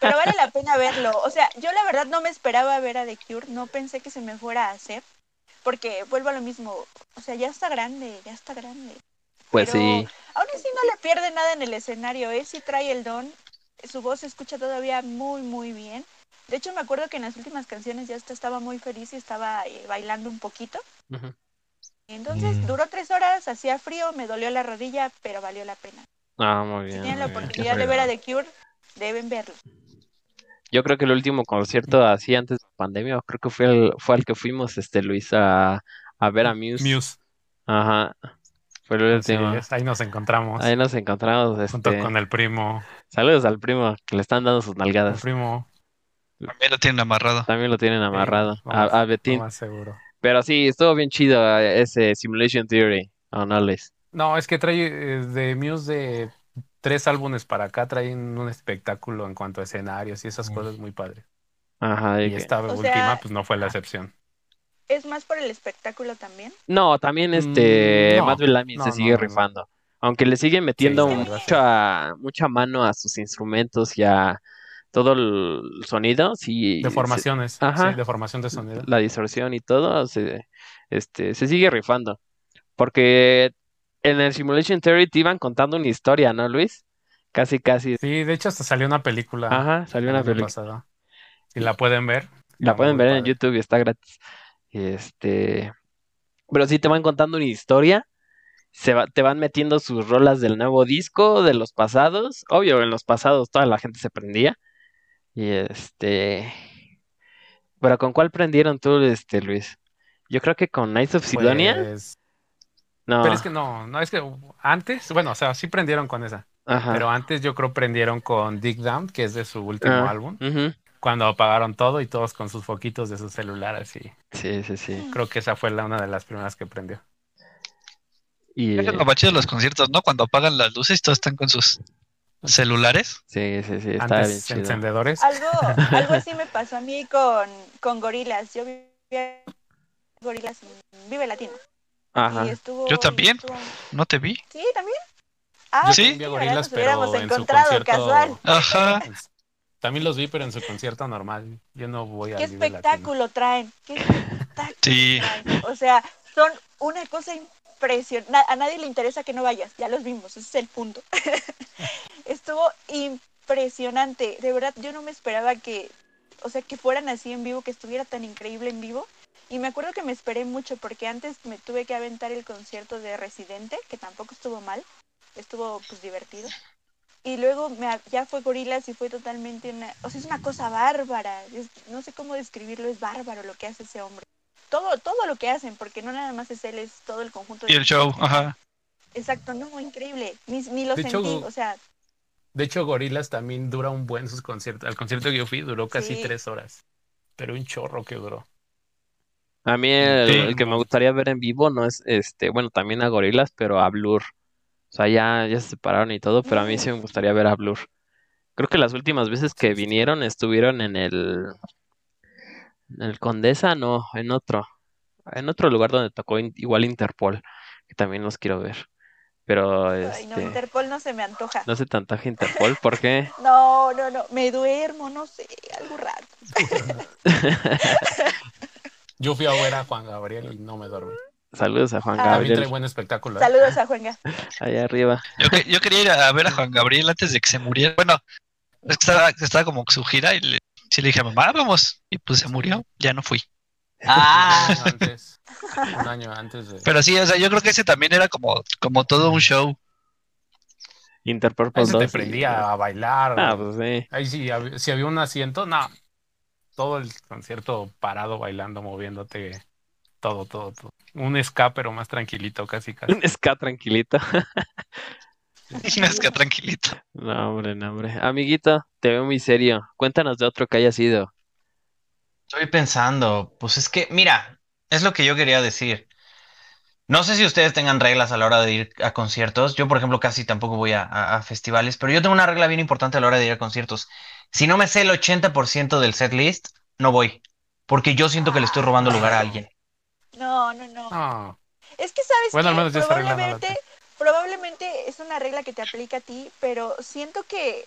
Speaker 7: Pero vale la pena verlo. O sea, yo la verdad no me esperaba ver a The Cure. No pensé que se me fuera a hacer. Porque vuelvo a lo mismo. O sea, ya está grande, ya está grande.
Speaker 2: Pues
Speaker 7: Pero
Speaker 2: sí.
Speaker 7: Aún así no le pierde nada en el escenario, él sí trae el don, su voz se escucha todavía muy, muy bien. De hecho, me acuerdo que en las últimas canciones ya hasta estaba muy feliz y estaba eh, bailando un poquito.
Speaker 2: Ujú.
Speaker 7: Entonces,
Speaker 3: Mm.
Speaker 7: duró tres horas, hacía frío, me dolió la rodilla, pero valió la pena.
Speaker 2: Ah, muy
Speaker 7: Si
Speaker 2: bien.
Speaker 7: tienen la
Speaker 2: muy bien.
Speaker 7: oportunidad de ver a The Cure, deben verlo.
Speaker 2: Yo creo que el último concierto así antes de la pandemia, creo que fue el, fue al que fuimos, este Luis, a, a ver a Muse.
Speaker 5: Muse.
Speaker 2: Ajá. Fue el
Speaker 5: Así
Speaker 2: último.
Speaker 5: es, ahí nos encontramos.
Speaker 2: Ahí nos encontramos,
Speaker 5: junto
Speaker 2: este.
Speaker 5: con el primo.
Speaker 2: Saludos al primo, que le están dando sus
Speaker 5: El
Speaker 2: nalgadas.
Speaker 5: primo,
Speaker 6: También lo tienen amarrado.
Speaker 2: También lo tienen amarrado. A,
Speaker 5: vamos,
Speaker 2: a
Speaker 5: lo
Speaker 2: Betín.
Speaker 5: más seguro.
Speaker 2: Pero sí, estuvo bien chido eh, ese Simulation Theory. Oh, no les.
Speaker 5: No, es que trae eh, de Muse de tres álbumes para acá, traen un espectáculo en cuanto a escenarios y esas
Speaker 3: Mm.
Speaker 5: cosas muy padres.
Speaker 2: Ajá. de
Speaker 5: Y
Speaker 2: que-
Speaker 5: esta
Speaker 7: O
Speaker 5: última,
Speaker 7: sea-
Speaker 5: pues no fue la excepción.
Speaker 7: Es más por el espectáculo también.
Speaker 2: No, también este
Speaker 5: Mm, no,
Speaker 2: Matt Bellamy
Speaker 5: no,
Speaker 2: se
Speaker 5: no,
Speaker 2: sigue
Speaker 5: no, no.
Speaker 2: rifando. Aunque le siguen metiendo
Speaker 5: la verdad, sí.
Speaker 2: mucha, mucha mano a sus instrumentos y a todo el sonido, sí,
Speaker 5: De formaciones, sí,
Speaker 2: Ajá.
Speaker 5: de formación de
Speaker 2: se-
Speaker 5: sonido.
Speaker 2: la distorsión y todo, se, este, se sigue rifando. Porque en el Simulation Theory te iban contando una historia, ¿no, Luis? Casi, casi.
Speaker 5: Sí, de hecho hasta salió una película
Speaker 2: Ajá,
Speaker 5: el
Speaker 2: salió una
Speaker 5: año
Speaker 2: película.
Speaker 5: pasado. Si la pueden ver.
Speaker 2: La
Speaker 5: está
Speaker 2: pueden
Speaker 5: muy
Speaker 2: ver en
Speaker 5: padre.
Speaker 2: YouTube y está gratis. Este, pero sí te van contando una historia. Se va- te van metiendo sus rolas del nuevo disco, de los pasados. Obvio, en los pasados toda la gente se prendía. Y este. Pero ¿con cuál prendieron tú, este, Luis? Yo creo que con Knights of Sidonia.
Speaker 5: Pues,
Speaker 2: no.
Speaker 5: Pero es que no, no, es que antes, bueno, o sea, sí prendieron con esa.
Speaker 2: Ajá.
Speaker 5: Pero antes yo creo prendieron con Dig Down, que es de su último
Speaker 2: Ah.
Speaker 5: álbum,
Speaker 2: Ujú.
Speaker 5: cuando apagaron todo y todos con sus foquitos de su celular así.
Speaker 2: Sí, sí, sí.
Speaker 7: Mm.
Speaker 5: Creo que esa fue la, una de las primeras que prendió.
Speaker 2: Y,
Speaker 6: Es lo más chido de los conciertos, ¿no? Cuando apagan las luces y todos están con sus celulares.
Speaker 2: sí, sí, sí, está bien
Speaker 5: Antes
Speaker 2: chido.
Speaker 5: encendedores.
Speaker 7: Algo, algo así me pasó a mí con, con Gorilas. Yo vi a Gorilas en Vive Latino.
Speaker 2: Ajá.
Speaker 7: Y estuvo-
Speaker 6: Yo también.
Speaker 7: y estuvo-
Speaker 6: no te vi.
Speaker 7: Sí, también. Ah,
Speaker 6: Yo sí
Speaker 7: pues
Speaker 5: vi a
Speaker 7: la verdad
Speaker 5: Gorillaz,
Speaker 7: nos hubiéramos
Speaker 5: pero en su
Speaker 7: encontrado
Speaker 5: concierto-
Speaker 7: casual.
Speaker 6: Ajá.
Speaker 5: Pues, También los vi, pero en su concierto normal. Yo no voy a
Speaker 7: Qué espectáculo traen, qué espectáculo
Speaker 6: Sí.
Speaker 7: traen. O sea, son una cosa impresionante. A nadie le interesa que no vayas, ya los vimos, ese es el punto. Estuvo impresionante, de verdad, yo no me esperaba que, o sea, que fueran así en vivo, que estuviera tan increíble en vivo. Y me acuerdo que me esperé mucho porque antes me tuve que aventar el concierto de Residente, que tampoco estuvo mal, estuvo pues divertido. Y luego me a- ya fue Gorilas y fue totalmente una... O sea, es una cosa bárbara. es- no sé cómo describirlo, es bárbaro lo que hace ese hombre. Todo, todo lo que hacen, porque no nada más es él, es todo el conjunto. de-
Speaker 6: Y el show, ajá.
Speaker 7: Exacto, no, increíble. Ni, ni lo
Speaker 5: De hecho,
Speaker 7: sentí, o sea,
Speaker 5: De hecho, Gorilas también dura un buen sus conciertos. Al concierto que yo fui duró casi
Speaker 7: Sí.
Speaker 5: tres horas. Pero un chorro que duró.
Speaker 2: A mí el,
Speaker 6: Sí.
Speaker 2: el que me gustaría ver en vivo no es este, bueno, también a Gorilas, pero a Blur. O sea, ya, ya se separaron y todo, pero a mí sí me gustaría ver a Blur. Creo que las últimas veces que vinieron estuvieron en el, en el Condesa, no, en otro, en otro lugar donde tocó in- igual Interpol, que también los quiero ver. Pero
Speaker 7: ay, no,
Speaker 2: este,
Speaker 7: Interpol no se me antoja.
Speaker 2: no sé tanto Interpol, ¿por qué?
Speaker 7: No, no, no, me duermo, no sé, algo raro.
Speaker 5: Yo fui a ver a Juan Gabriel y no me dormí.
Speaker 2: Saludos a Juan
Speaker 7: Ah.
Speaker 5: También trae
Speaker 2: Gabriel,
Speaker 5: buen espectáculo. ¿eh?
Speaker 7: Saludos a Juanga.
Speaker 2: allá arriba.
Speaker 6: Yo, que- yo quería ir a ver a Juan Gabriel antes de que se muriera. Bueno, es que estaba, estaba como su gira y le, sí le dije a mamá, vamos. Y pues se murió, ya no fui.
Speaker 3: Ah,
Speaker 5: Un año antes. Un año antes de.
Speaker 6: Pero sí, o sea, yo creo que ese también era como, como todo un show.
Speaker 2: Interpol
Speaker 5: Ahí se te
Speaker 2: dos y-
Speaker 5: prendía a bailar.
Speaker 2: Ah, pues sí.
Speaker 5: Ahí sí, hab- si había un asiento, no. Todo el concierto parado, bailando, moviéndote. Todo, todo, todo. Un ska, pero más tranquilito, casi, casi.
Speaker 2: Un ska tranquilito.
Speaker 6: Es que tranquilito.
Speaker 2: No, hombre, no, hombre. Amiguito, te veo muy serio. Cuéntanos de otro que haya sido.
Speaker 3: estoy pensando, pues es que, mira, es lo que yo quería decir. No sé si ustedes tengan reglas a la hora de ir a conciertos. Yo, por ejemplo, casi tampoco voy a, a- a festivales, pero yo tengo una regla bien importante a la hora de ir a conciertos. Si no me sé el 80% del setlist, no voy, porque yo siento que le estoy robando lugar a alguien.
Speaker 7: No, no, no.
Speaker 5: No,
Speaker 7: Es que sabes
Speaker 5: Ah. Bueno, al
Speaker 7: qué?
Speaker 5: menos ya está arreglada la
Speaker 7: probablemente, probablemente es una regla que te aplica a ti, pero siento que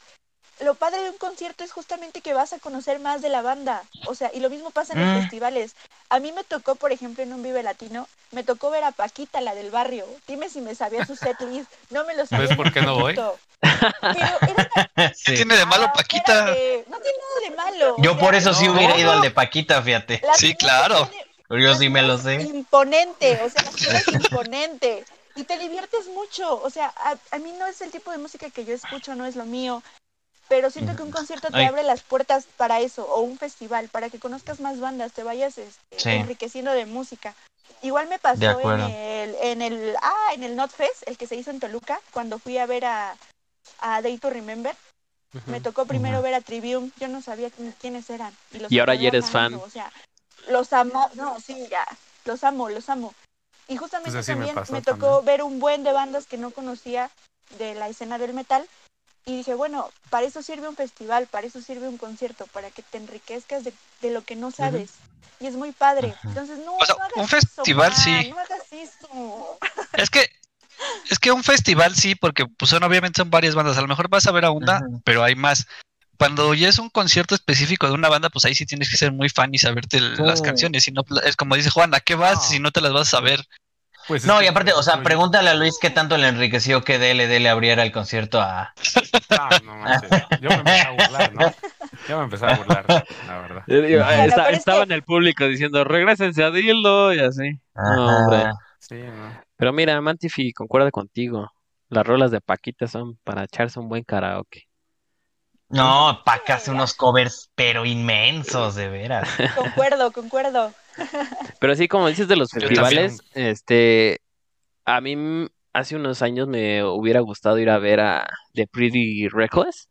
Speaker 7: lo padre de un concierto es justamente que vas a conocer más de la banda. O sea, y lo mismo pasa en
Speaker 3: Mm.
Speaker 7: los festivales. A mí me tocó, por ejemplo, en un Vive Latino, me tocó ver a Paquita, la del barrio. Dime si me sabía su setlist. No me lo sabía.
Speaker 5: ¿Ves por qué no voy?
Speaker 7: Pero era una-
Speaker 6: ¿Qué
Speaker 3: Sí.
Speaker 6: tiene de malo
Speaker 7: Ah,
Speaker 6: Paquita?
Speaker 7: espérate, No tiene nada de malo.
Speaker 3: Yo por eso sí
Speaker 5: No.
Speaker 3: hubiera ido al de Paquita, fíjate.
Speaker 7: La
Speaker 6: Sí,
Speaker 7: señora
Speaker 6: claro.
Speaker 7: tiene-
Speaker 3: Pero Yo sí me lo
Speaker 7: Pues
Speaker 3: sé.
Speaker 7: Imponente, o sea, la señora es imponente. Y te diviertes mucho, o sea, a, a mí no es el tipo de música que yo escucho, no es lo mío, pero siento que un concierto te
Speaker 3: Ay.
Speaker 7: abre las puertas para eso, o un festival, para que conozcas más bandas, te vayas este,
Speaker 3: Sí.
Speaker 7: enriqueciendo de música. Igual me pasó
Speaker 3: De acuerdo.
Speaker 7: en el, en el, ah, en el Not Fest, el que se hizo en Toluca, cuando fui a ver a, a Day to Remember. Me tocó primero
Speaker 3: Ujú.
Speaker 7: ver a Trivium, yo no sabía ni quiénes eran. Y, los
Speaker 2: Y ahora
Speaker 7: acabé
Speaker 2: ya eres fan.
Speaker 7: amando, O sea, los amo, no, sí, ya, los amo, los amo. Y justamente
Speaker 5: Pues así me
Speaker 7: también me,
Speaker 5: pasó
Speaker 7: tocó ver un buen de bandas que no conocía de la escena del metal. Y dije, bueno, para eso sirve un festival, para eso sirve un concierto, para que te enriquezcas de, de lo que no sabes. Y es muy padre.
Speaker 3: Ujú.
Speaker 7: Entonces, no,
Speaker 6: O sea,
Speaker 7: no hagas
Speaker 6: un
Speaker 7: eso,
Speaker 6: festival
Speaker 7: man,
Speaker 6: sí.
Speaker 7: No hagas eso.
Speaker 6: Es que, es que un festival sí, porque pues son, obviamente son varias bandas. A lo mejor vas a ver a una,
Speaker 3: Ujú.
Speaker 6: pero hay más. Cuando ya es un concierto específico de una banda, pues ahí sí tienes que ser muy fan y saberte l- las
Speaker 3: Sí.
Speaker 6: canciones. Y no, pla- es como dice Juan, ¿a qué vas
Speaker 5: No.
Speaker 6: si no te las vas a saber?
Speaker 5: Pues es
Speaker 3: No,
Speaker 5: que
Speaker 3: y aparte, o sea,
Speaker 5: incluye-
Speaker 3: pregúntale a Luis qué tanto le enriqueció que DLD le abriera el concierto a...
Speaker 5: Ah, no manches. Yo me empecé a burlar, ¿no? Yo me empecé a burlar, la verdad.
Speaker 2: Yo Eh, digo,
Speaker 7: Bueno,
Speaker 2: está-
Speaker 7: pero es
Speaker 2: estaba
Speaker 7: que-
Speaker 2: en el público diciendo, regresense a Dildo y así. No, hombre.
Speaker 5: Sí, ¿no?
Speaker 2: Pero mira, Mantifi concuerda contigo. Las rolas de Paquita son para echarse un buen karaoke.
Speaker 3: No, Paca hace unos covers, pero inmensos, de veras.
Speaker 7: Concuerdo, concuerdo.
Speaker 2: Pero así como dices de los
Speaker 6: Yo
Speaker 2: festivales, este, a mí m- hace unos años me hubiera gustado ir a ver a The Pretty Reckless,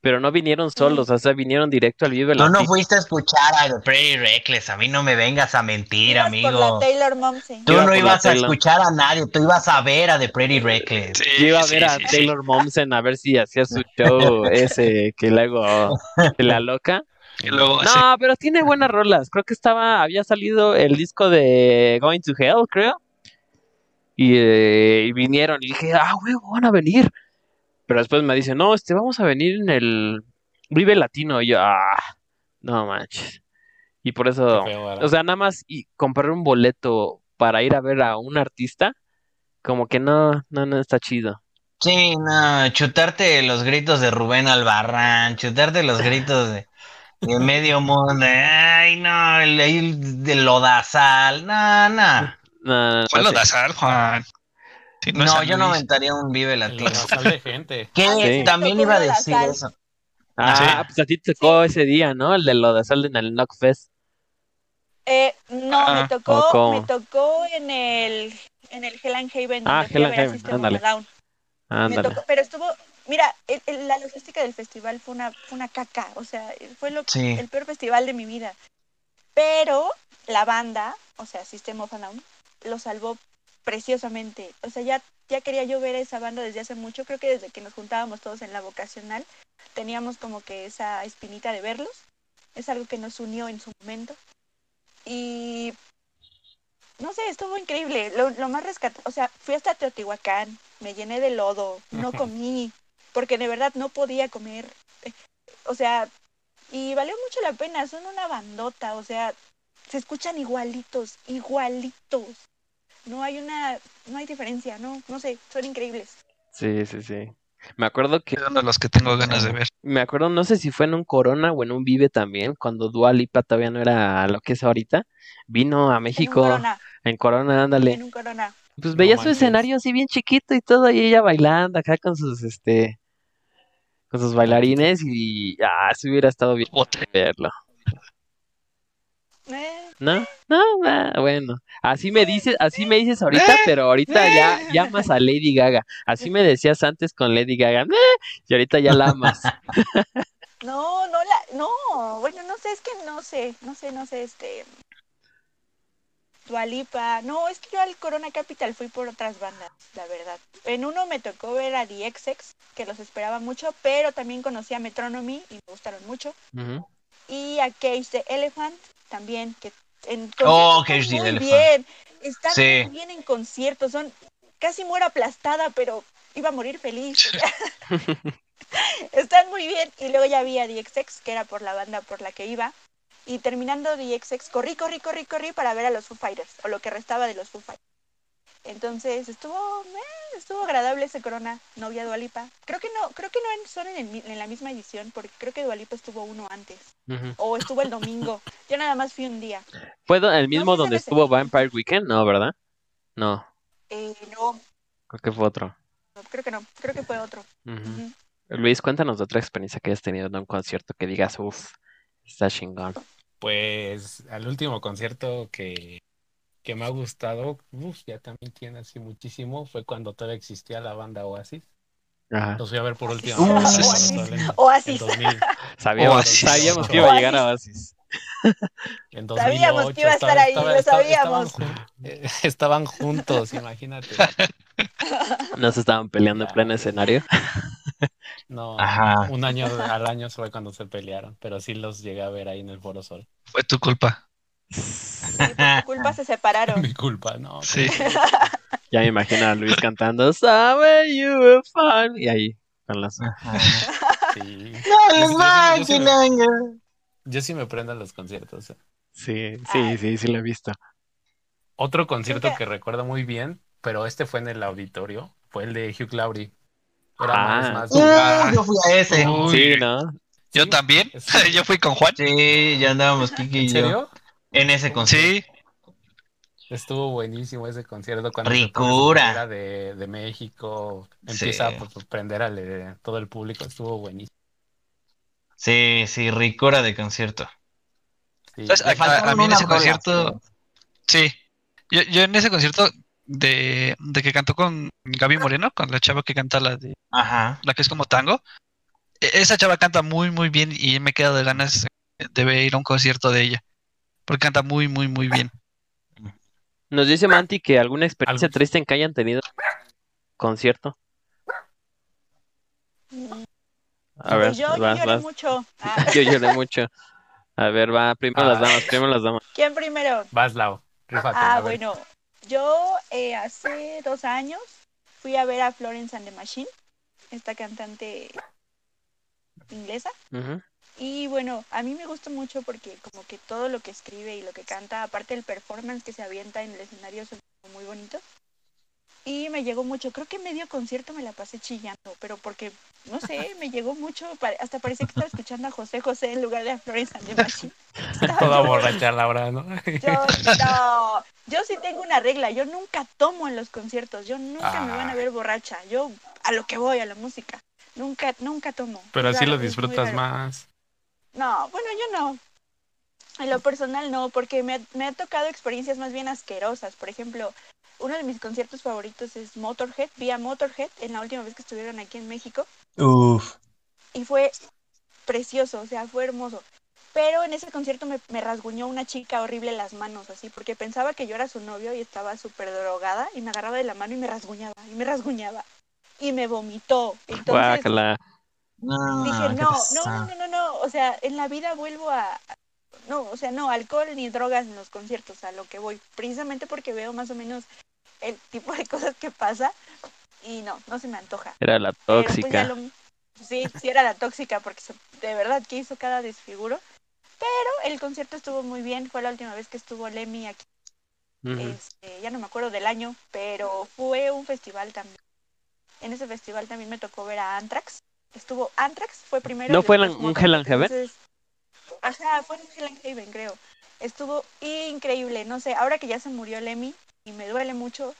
Speaker 2: pero no vinieron solos, o sea, vinieron directo al Vive
Speaker 3: Tú no
Speaker 2: Latino.
Speaker 3: fuiste a escuchar a The Pretty Reckless, a mí no me vengas a mentir,
Speaker 7: Ibas por la
Speaker 3: amigo.
Speaker 7: Taylor Momsen.
Speaker 3: Tú
Speaker 2: Iba
Speaker 3: no
Speaker 2: por la
Speaker 3: ibas a
Speaker 2: tela.
Speaker 3: escuchar a nadie, tú ibas a ver a The Pretty Reckless.
Speaker 6: Sí,
Speaker 2: Yo iba a
Speaker 6: sí,
Speaker 2: ver a
Speaker 6: sí, sí.
Speaker 2: Taylor Momsen a ver si hacía su show ese que luego de la loca.
Speaker 6: Y luego hace-
Speaker 2: No, pero tiene buenas rolas. Creo que estaba, había salido el disco de Going to Hell, creo. Y, eh, y vinieron y dije, ah, huevo, van a venir. Pero después me dicen, no, este, vamos a venir en el Vive Latino. Y yo, ah, no manches. Y por eso,
Speaker 5: Qué feo, ¿verdad?
Speaker 2: o sea, nada más y comprar un boleto para ir a ver a un artista, como que no, no, no está chido.
Speaker 3: Sí, no, chutarte los gritos de Rubén Albarrán, chutarte los gritos de, de medio mundo, ay, no, el, el de Lodazal, no, no.
Speaker 2: No, no, no, sí.
Speaker 6: Juan lo das al Juan. Sí, no es
Speaker 3: No,
Speaker 6: San
Speaker 3: yo no
Speaker 6: Luis.
Speaker 3: aventaría un Vive Latino.
Speaker 5: El lodazal de gente.
Speaker 3: Que
Speaker 2: Sí.
Speaker 3: también iba a decir
Speaker 7: Lodazal.
Speaker 3: eso.
Speaker 2: Ah, pues a ti te tocó ese día, ¿no? El de lo de Sal en el Knockfest.
Speaker 7: Eh, no,
Speaker 6: Ah,
Speaker 7: me tocó,
Speaker 2: ¿o cómo?
Speaker 7: me tocó en el en el Hell and Haven donde
Speaker 2: Ah,
Speaker 7: fui a
Speaker 2: Hell and
Speaker 7: ver a
Speaker 2: Heaven,
Speaker 7: System of a
Speaker 2: ándale.
Speaker 7: Down. Me
Speaker 2: Ándale.
Speaker 7: tocó, pero estuvo, mira, el- el- la logística del festival fue una, fue una caca, o sea, fue lo,
Speaker 3: Sí.
Speaker 7: el peor festival de mi vida. Pero la banda, o sea, System of a Down, lo salvó preciosamente. O sea, ya, ya quería yo ver a esa banda desde hace mucho, creo que desde que nos juntábamos todos en la vocacional, teníamos como que esa espinita de verlos. Es algo que nos unió en su momento. Y no sé, estuvo increíble. Lo, lo más rescatado, o sea, fui hasta Teotihuacán, me llené de lodo, no comí, porque de verdad no podía comer. Eh, O sea, y valió mucho la pena, son una bandota, o sea, se escuchan igualitos, igualitos. No hay una, no hay diferencia, no, no sé, son increíbles.
Speaker 2: Sí, sí, sí. Me acuerdo que,
Speaker 6: Es uno de los que tengo ganas de ver.
Speaker 2: me acuerdo, no sé si fue en un Corona o en un Vive también, cuando Dua Lipa todavía no era lo que es ahorita, vino a México
Speaker 7: En un corona,
Speaker 2: en Corona, ándale.
Speaker 7: en un corona.
Speaker 2: Pues
Speaker 5: No
Speaker 2: veía su
Speaker 5: manches.
Speaker 2: escenario así bien chiquito y todo, y ella bailando acá con sus, este, con sus bailarines y, ah, si hubiera estado bien
Speaker 6: Bote.
Speaker 2: verlo.
Speaker 7: Eh,
Speaker 2: No, no, ah, bueno, así me dices, así me dices ahorita, pero ahorita ya llamas a Lady Gaga. Así me decías antes con Lady Gaga, "Meh", y ahorita ya la amas.
Speaker 7: no, no la, no, bueno, no sé, es que no sé, no sé, no sé, este. Dualipa. No, es que yo al Corona Capital fui por otras bandas, la verdad. En uno me tocó ver a The XX, que los esperaba mucho, pero también conocí a Metronomy y me gustaron mucho.
Speaker 2: Ujú.
Speaker 7: Y a Cage the Elephant también, que en
Speaker 3: Oh,
Speaker 7: concierto
Speaker 3: Cage the
Speaker 7: están muy
Speaker 3: Elephant.
Speaker 7: bien. Están
Speaker 3: Sí.
Speaker 7: muy bien en conciertos, son casi muero aplastada, pero iba a morir feliz. Están muy bien. Y luego ya vi a DXX, que era por la banda por la que iba. Y terminando DXX, corrí, corrí, corrí, corrí para ver a los Foo Fighters, o lo que restaba de los Foo Fighters. Entonces estuvo, eh, estuvo agradable ese corona, novia Dualipa. Creo que no, creo que no en- son en, el mi- en la misma edición, porque creo que Dualipa estuvo uno antes,
Speaker 2: Ujú.
Speaker 7: o estuvo el domingo. Yo nada más fui un día.
Speaker 2: ¿Fue do- el mismo
Speaker 7: No sé si
Speaker 2: donde
Speaker 7: eres el
Speaker 2: estuvo
Speaker 7: mismo.
Speaker 2: Vampire Weekend? No, ¿verdad? No,
Speaker 7: Eh, no,
Speaker 2: creo que fue otro.
Speaker 7: no, creo que no, creo que fue otro.
Speaker 2: Ujú.
Speaker 7: Ujú.
Speaker 2: Luis, cuéntanos de otra experiencia que hayas tenido en un concierto que digas, uff, está chingón.
Speaker 5: Pues al último concierto que, que me ha gustado, uf, ya también tiene así muchísimo, fue cuando todavía existía la banda Oasis.
Speaker 2: Ajá.
Speaker 5: Los voy a ver por última
Speaker 7: Oasis.
Speaker 5: vez.
Speaker 6: Oasis.
Speaker 5: en el-
Speaker 7: Oasis.
Speaker 5: en 2000.
Speaker 2: Sabíamos,
Speaker 6: Oasis.
Speaker 2: sabíamos que iba a llegar a Oasis.
Speaker 5: En
Speaker 7: Sabíamos
Speaker 5: 2008,
Speaker 7: que iba a estar ahí, lo
Speaker 5: estaban
Speaker 7: sabíamos.
Speaker 5: jun- eh, Estaban, juntos, imagínate.
Speaker 2: No se estaban peleando en pleno escenario.
Speaker 5: No,
Speaker 3: Ajá.
Speaker 5: un año al año fue cuando se pelearon, pero sí los llegué a ver ahí en el Foro Sol.
Speaker 6: Fue tu culpa.
Speaker 7: Sí, por tu culpa se separaron.
Speaker 5: Mi culpa, ¿no?
Speaker 6: Sí.
Speaker 2: Ya me imagino a Luis cantando, Sabe you were fun", Y ahí, con las.
Speaker 3: Ajá.
Speaker 5: Sí.
Speaker 3: No,
Speaker 5: les
Speaker 3: les
Speaker 5: va, yo sí- yo sí me-
Speaker 3: va,
Speaker 5: Yo sí me prendo a los conciertos.
Speaker 2: Sí, sí,
Speaker 7: Ay.
Speaker 2: sí, sí, lo he visto.
Speaker 5: Otro concierto
Speaker 7: Nunca-
Speaker 5: que recuerdo muy bien, pero este fue en el auditorio, fue el de Hugh Laurie. Era más,
Speaker 2: Ah.
Speaker 5: más.
Speaker 3: Uy, Uh, yo fui a ese.
Speaker 6: Uy.
Speaker 2: Sí, ¿no?
Speaker 6: Yo
Speaker 5: Sí,
Speaker 6: también.
Speaker 5: es-
Speaker 6: Yo fui con Juan.
Speaker 3: Sí, ya andábamos Kiki
Speaker 5: ¿En
Speaker 3: y yo
Speaker 5: serio?
Speaker 3: en ese concierto.
Speaker 6: Sí.
Speaker 5: Estuvo buenísimo ese concierto cuando
Speaker 3: Ricura.
Speaker 5: se pone su bandera de, de México, empieza pues,
Speaker 3: Sí.
Speaker 5: a sorprender a le- todo el público, estuvo buenísimo.
Speaker 3: Sí, sí, ricura de concierto.
Speaker 5: Sí,
Speaker 6: ¿Sabes?
Speaker 5: yo-
Speaker 3: Le
Speaker 6: A- a- a
Speaker 3: faltaron
Speaker 6: mí en
Speaker 3: unas
Speaker 6: ese
Speaker 3: rolas,
Speaker 6: concierto-
Speaker 3: pero-
Speaker 6: Sí. Yo, yo en ese concierto de, de que cantó con Gaby Moreno, con la chava que canta la de
Speaker 3: Ajá.
Speaker 6: la que es como tango. e- Esa chava canta muy, muy bien y me he quedado de ganas de ir a un concierto de ella. Porque canta muy, muy, muy bien.
Speaker 2: Nos dice
Speaker 7: Ah.
Speaker 2: Manti que alguna experiencia
Speaker 5: Algo-
Speaker 2: triste en que hayan tenido concierto. A ver,
Speaker 7: Pues yo, yo
Speaker 2: vas,
Speaker 7: lloré
Speaker 2: vas.
Speaker 7: mucho. Ah,
Speaker 2: Yo lloré mucho. A ver, va, primero las
Speaker 5: Ah.
Speaker 2: damas, primero las damas.
Speaker 7: ¿Quién primero?
Speaker 5: Vas, Lau, rífate,
Speaker 7: Ah,
Speaker 5: a ver.
Speaker 7: bueno, yo eh, hace dos años fui a ver a Florence and the Machine, esta cantante inglesa.
Speaker 2: Ujú.
Speaker 7: Y bueno, a mí me gusta mucho porque como que todo lo que escribe y lo que canta, aparte del performance que se avienta en el escenario, son como muy bonitos. Y me llegó mucho, creo que medio concierto me la pasé chillando, pero porque, no sé, me llegó mucho, pa- hasta parecía que estaba escuchando a José José en lugar de a Florence and the Machine. Estaba
Speaker 5: Toda
Speaker 7: yo-
Speaker 5: borracha Laura, ¿no?
Speaker 7: Yo, no, yo sí tengo una regla, yo nunca tomo en los conciertos, yo nunca me
Speaker 5: Ah.
Speaker 7: van a ver borracha, yo a lo que voy, a la música, nunca, nunca tomo.
Speaker 5: Pero
Speaker 7: Es
Speaker 5: así lo
Speaker 7: raro, es muy
Speaker 5: disfrutas
Speaker 7: raro.
Speaker 5: más.
Speaker 7: No, bueno, yo no. En lo personal no, porque me, ha- me ha tocado experiencias más bien asquerosas. Por ejemplo, uno de mis conciertos favoritos es Motorhead, vi a Motorhead en la última vez que estuvieron aquí en México
Speaker 3: Uf.
Speaker 7: y fue precioso, o sea, fue hermoso. Pero en ese concierto me, me rasguñó una chica horrible las manos, así, porque pensaba que yo era su novio y estaba súper drogada y me agarraba de la mano y me rasguñaba, y me rasguñaba, y me vomitó. Entonces
Speaker 2: Guácala.
Speaker 3: No,
Speaker 7: dije,
Speaker 3: Ah, ¿qué
Speaker 7: no, no,
Speaker 3: pasa?
Speaker 7: no, no, no, no, o sea, en la vida vuelvo a... No, o sea, no, alcohol ni drogas en los conciertos, a lo que voy, precisamente porque veo más o menos el tipo de cosas que pasa y no, no se me antoja.
Speaker 2: Era la
Speaker 7: Pero, pues, ya
Speaker 2: tóxica.
Speaker 7: lo- sí, sí era la tóxica porque se- de verdad que hizo cada desfiguro. Pero el concierto estuvo muy bien, fue la última vez que estuvo Lemmy aquí,
Speaker 2: Ujú.
Speaker 7: este, ya no me acuerdo del año, pero fue un festival también. En ese festival también me tocó ver a Anthrax. Estuvo Anthrax, fue primero.
Speaker 2: ¿No
Speaker 7: y
Speaker 2: fue el-
Speaker 7: después
Speaker 2: un
Speaker 7: Motorhead,
Speaker 2: Hell and Heaven?
Speaker 7: entonces- Ajá, fue un Hell and Heaven, creo. Estuvo increíble, no sé, ahora que ya se murió Lemmy y me duele mucho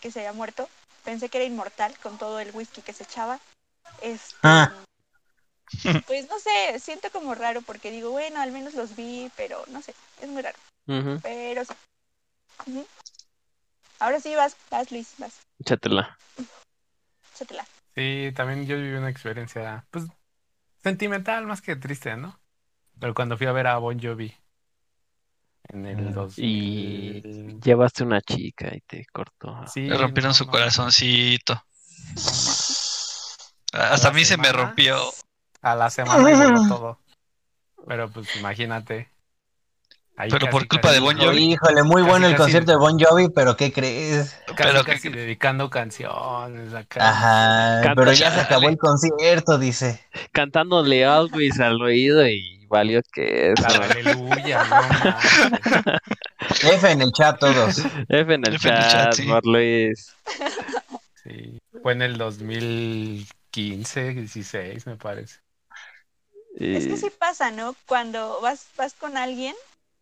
Speaker 7: que se haya muerto, pensé que era inmortal con todo el whisky que se echaba. Este,
Speaker 3: Ah.
Speaker 7: Pues no sé, siento como raro porque digo, bueno, al menos los vi, pero no sé, es muy raro.
Speaker 2: Ujú.
Speaker 7: Pero sí. Ujú. Ahora sí vas, vas Luis, vas,
Speaker 2: Échatela.
Speaker 7: échatela.
Speaker 5: Sí, también yo viví una experiencia, pues, sentimental más que triste, ¿no? Pero cuando fui a ver a Bon Jovi en el
Speaker 3: Mm.
Speaker 5: 2000.
Speaker 2: Y llevaste una chica y te cortó.
Speaker 5: Sí,
Speaker 6: Le rompieron
Speaker 5: no,
Speaker 6: su
Speaker 5: no.
Speaker 6: corazoncito.
Speaker 5: A
Speaker 6: Hasta a
Speaker 5: la
Speaker 6: mí se me
Speaker 5: semana-
Speaker 6: rompió.
Speaker 5: A la semana y voló todo. Pero pues imagínate. Ahí
Speaker 6: Pero por culpa de Bon Jovi.
Speaker 3: Híjole, muy
Speaker 5: Casi,
Speaker 3: bueno el
Speaker 5: casi.
Speaker 3: concierto de Bon Jovi, pero ¿qué crees?
Speaker 5: casi,
Speaker 6: Pero
Speaker 5: casi
Speaker 6: que-
Speaker 5: dedicando canciones acá.
Speaker 3: Ajá,
Speaker 2: Canta,
Speaker 3: pero ya se
Speaker 6: chale.
Speaker 3: acabó el concierto, dice.
Speaker 2: Cantándole Always al oído y valió que eso.
Speaker 5: La aleluya, no manches.
Speaker 3: F en el chat todos.
Speaker 2: F en el
Speaker 6: F en el
Speaker 2: chat,
Speaker 6: chat, sí.
Speaker 2: por Luis.
Speaker 5: Sí, Fue en el 2015, 16, me parece.
Speaker 2: Y-
Speaker 7: Es que sí pasa, ¿no? Cuando vas, vas con alguien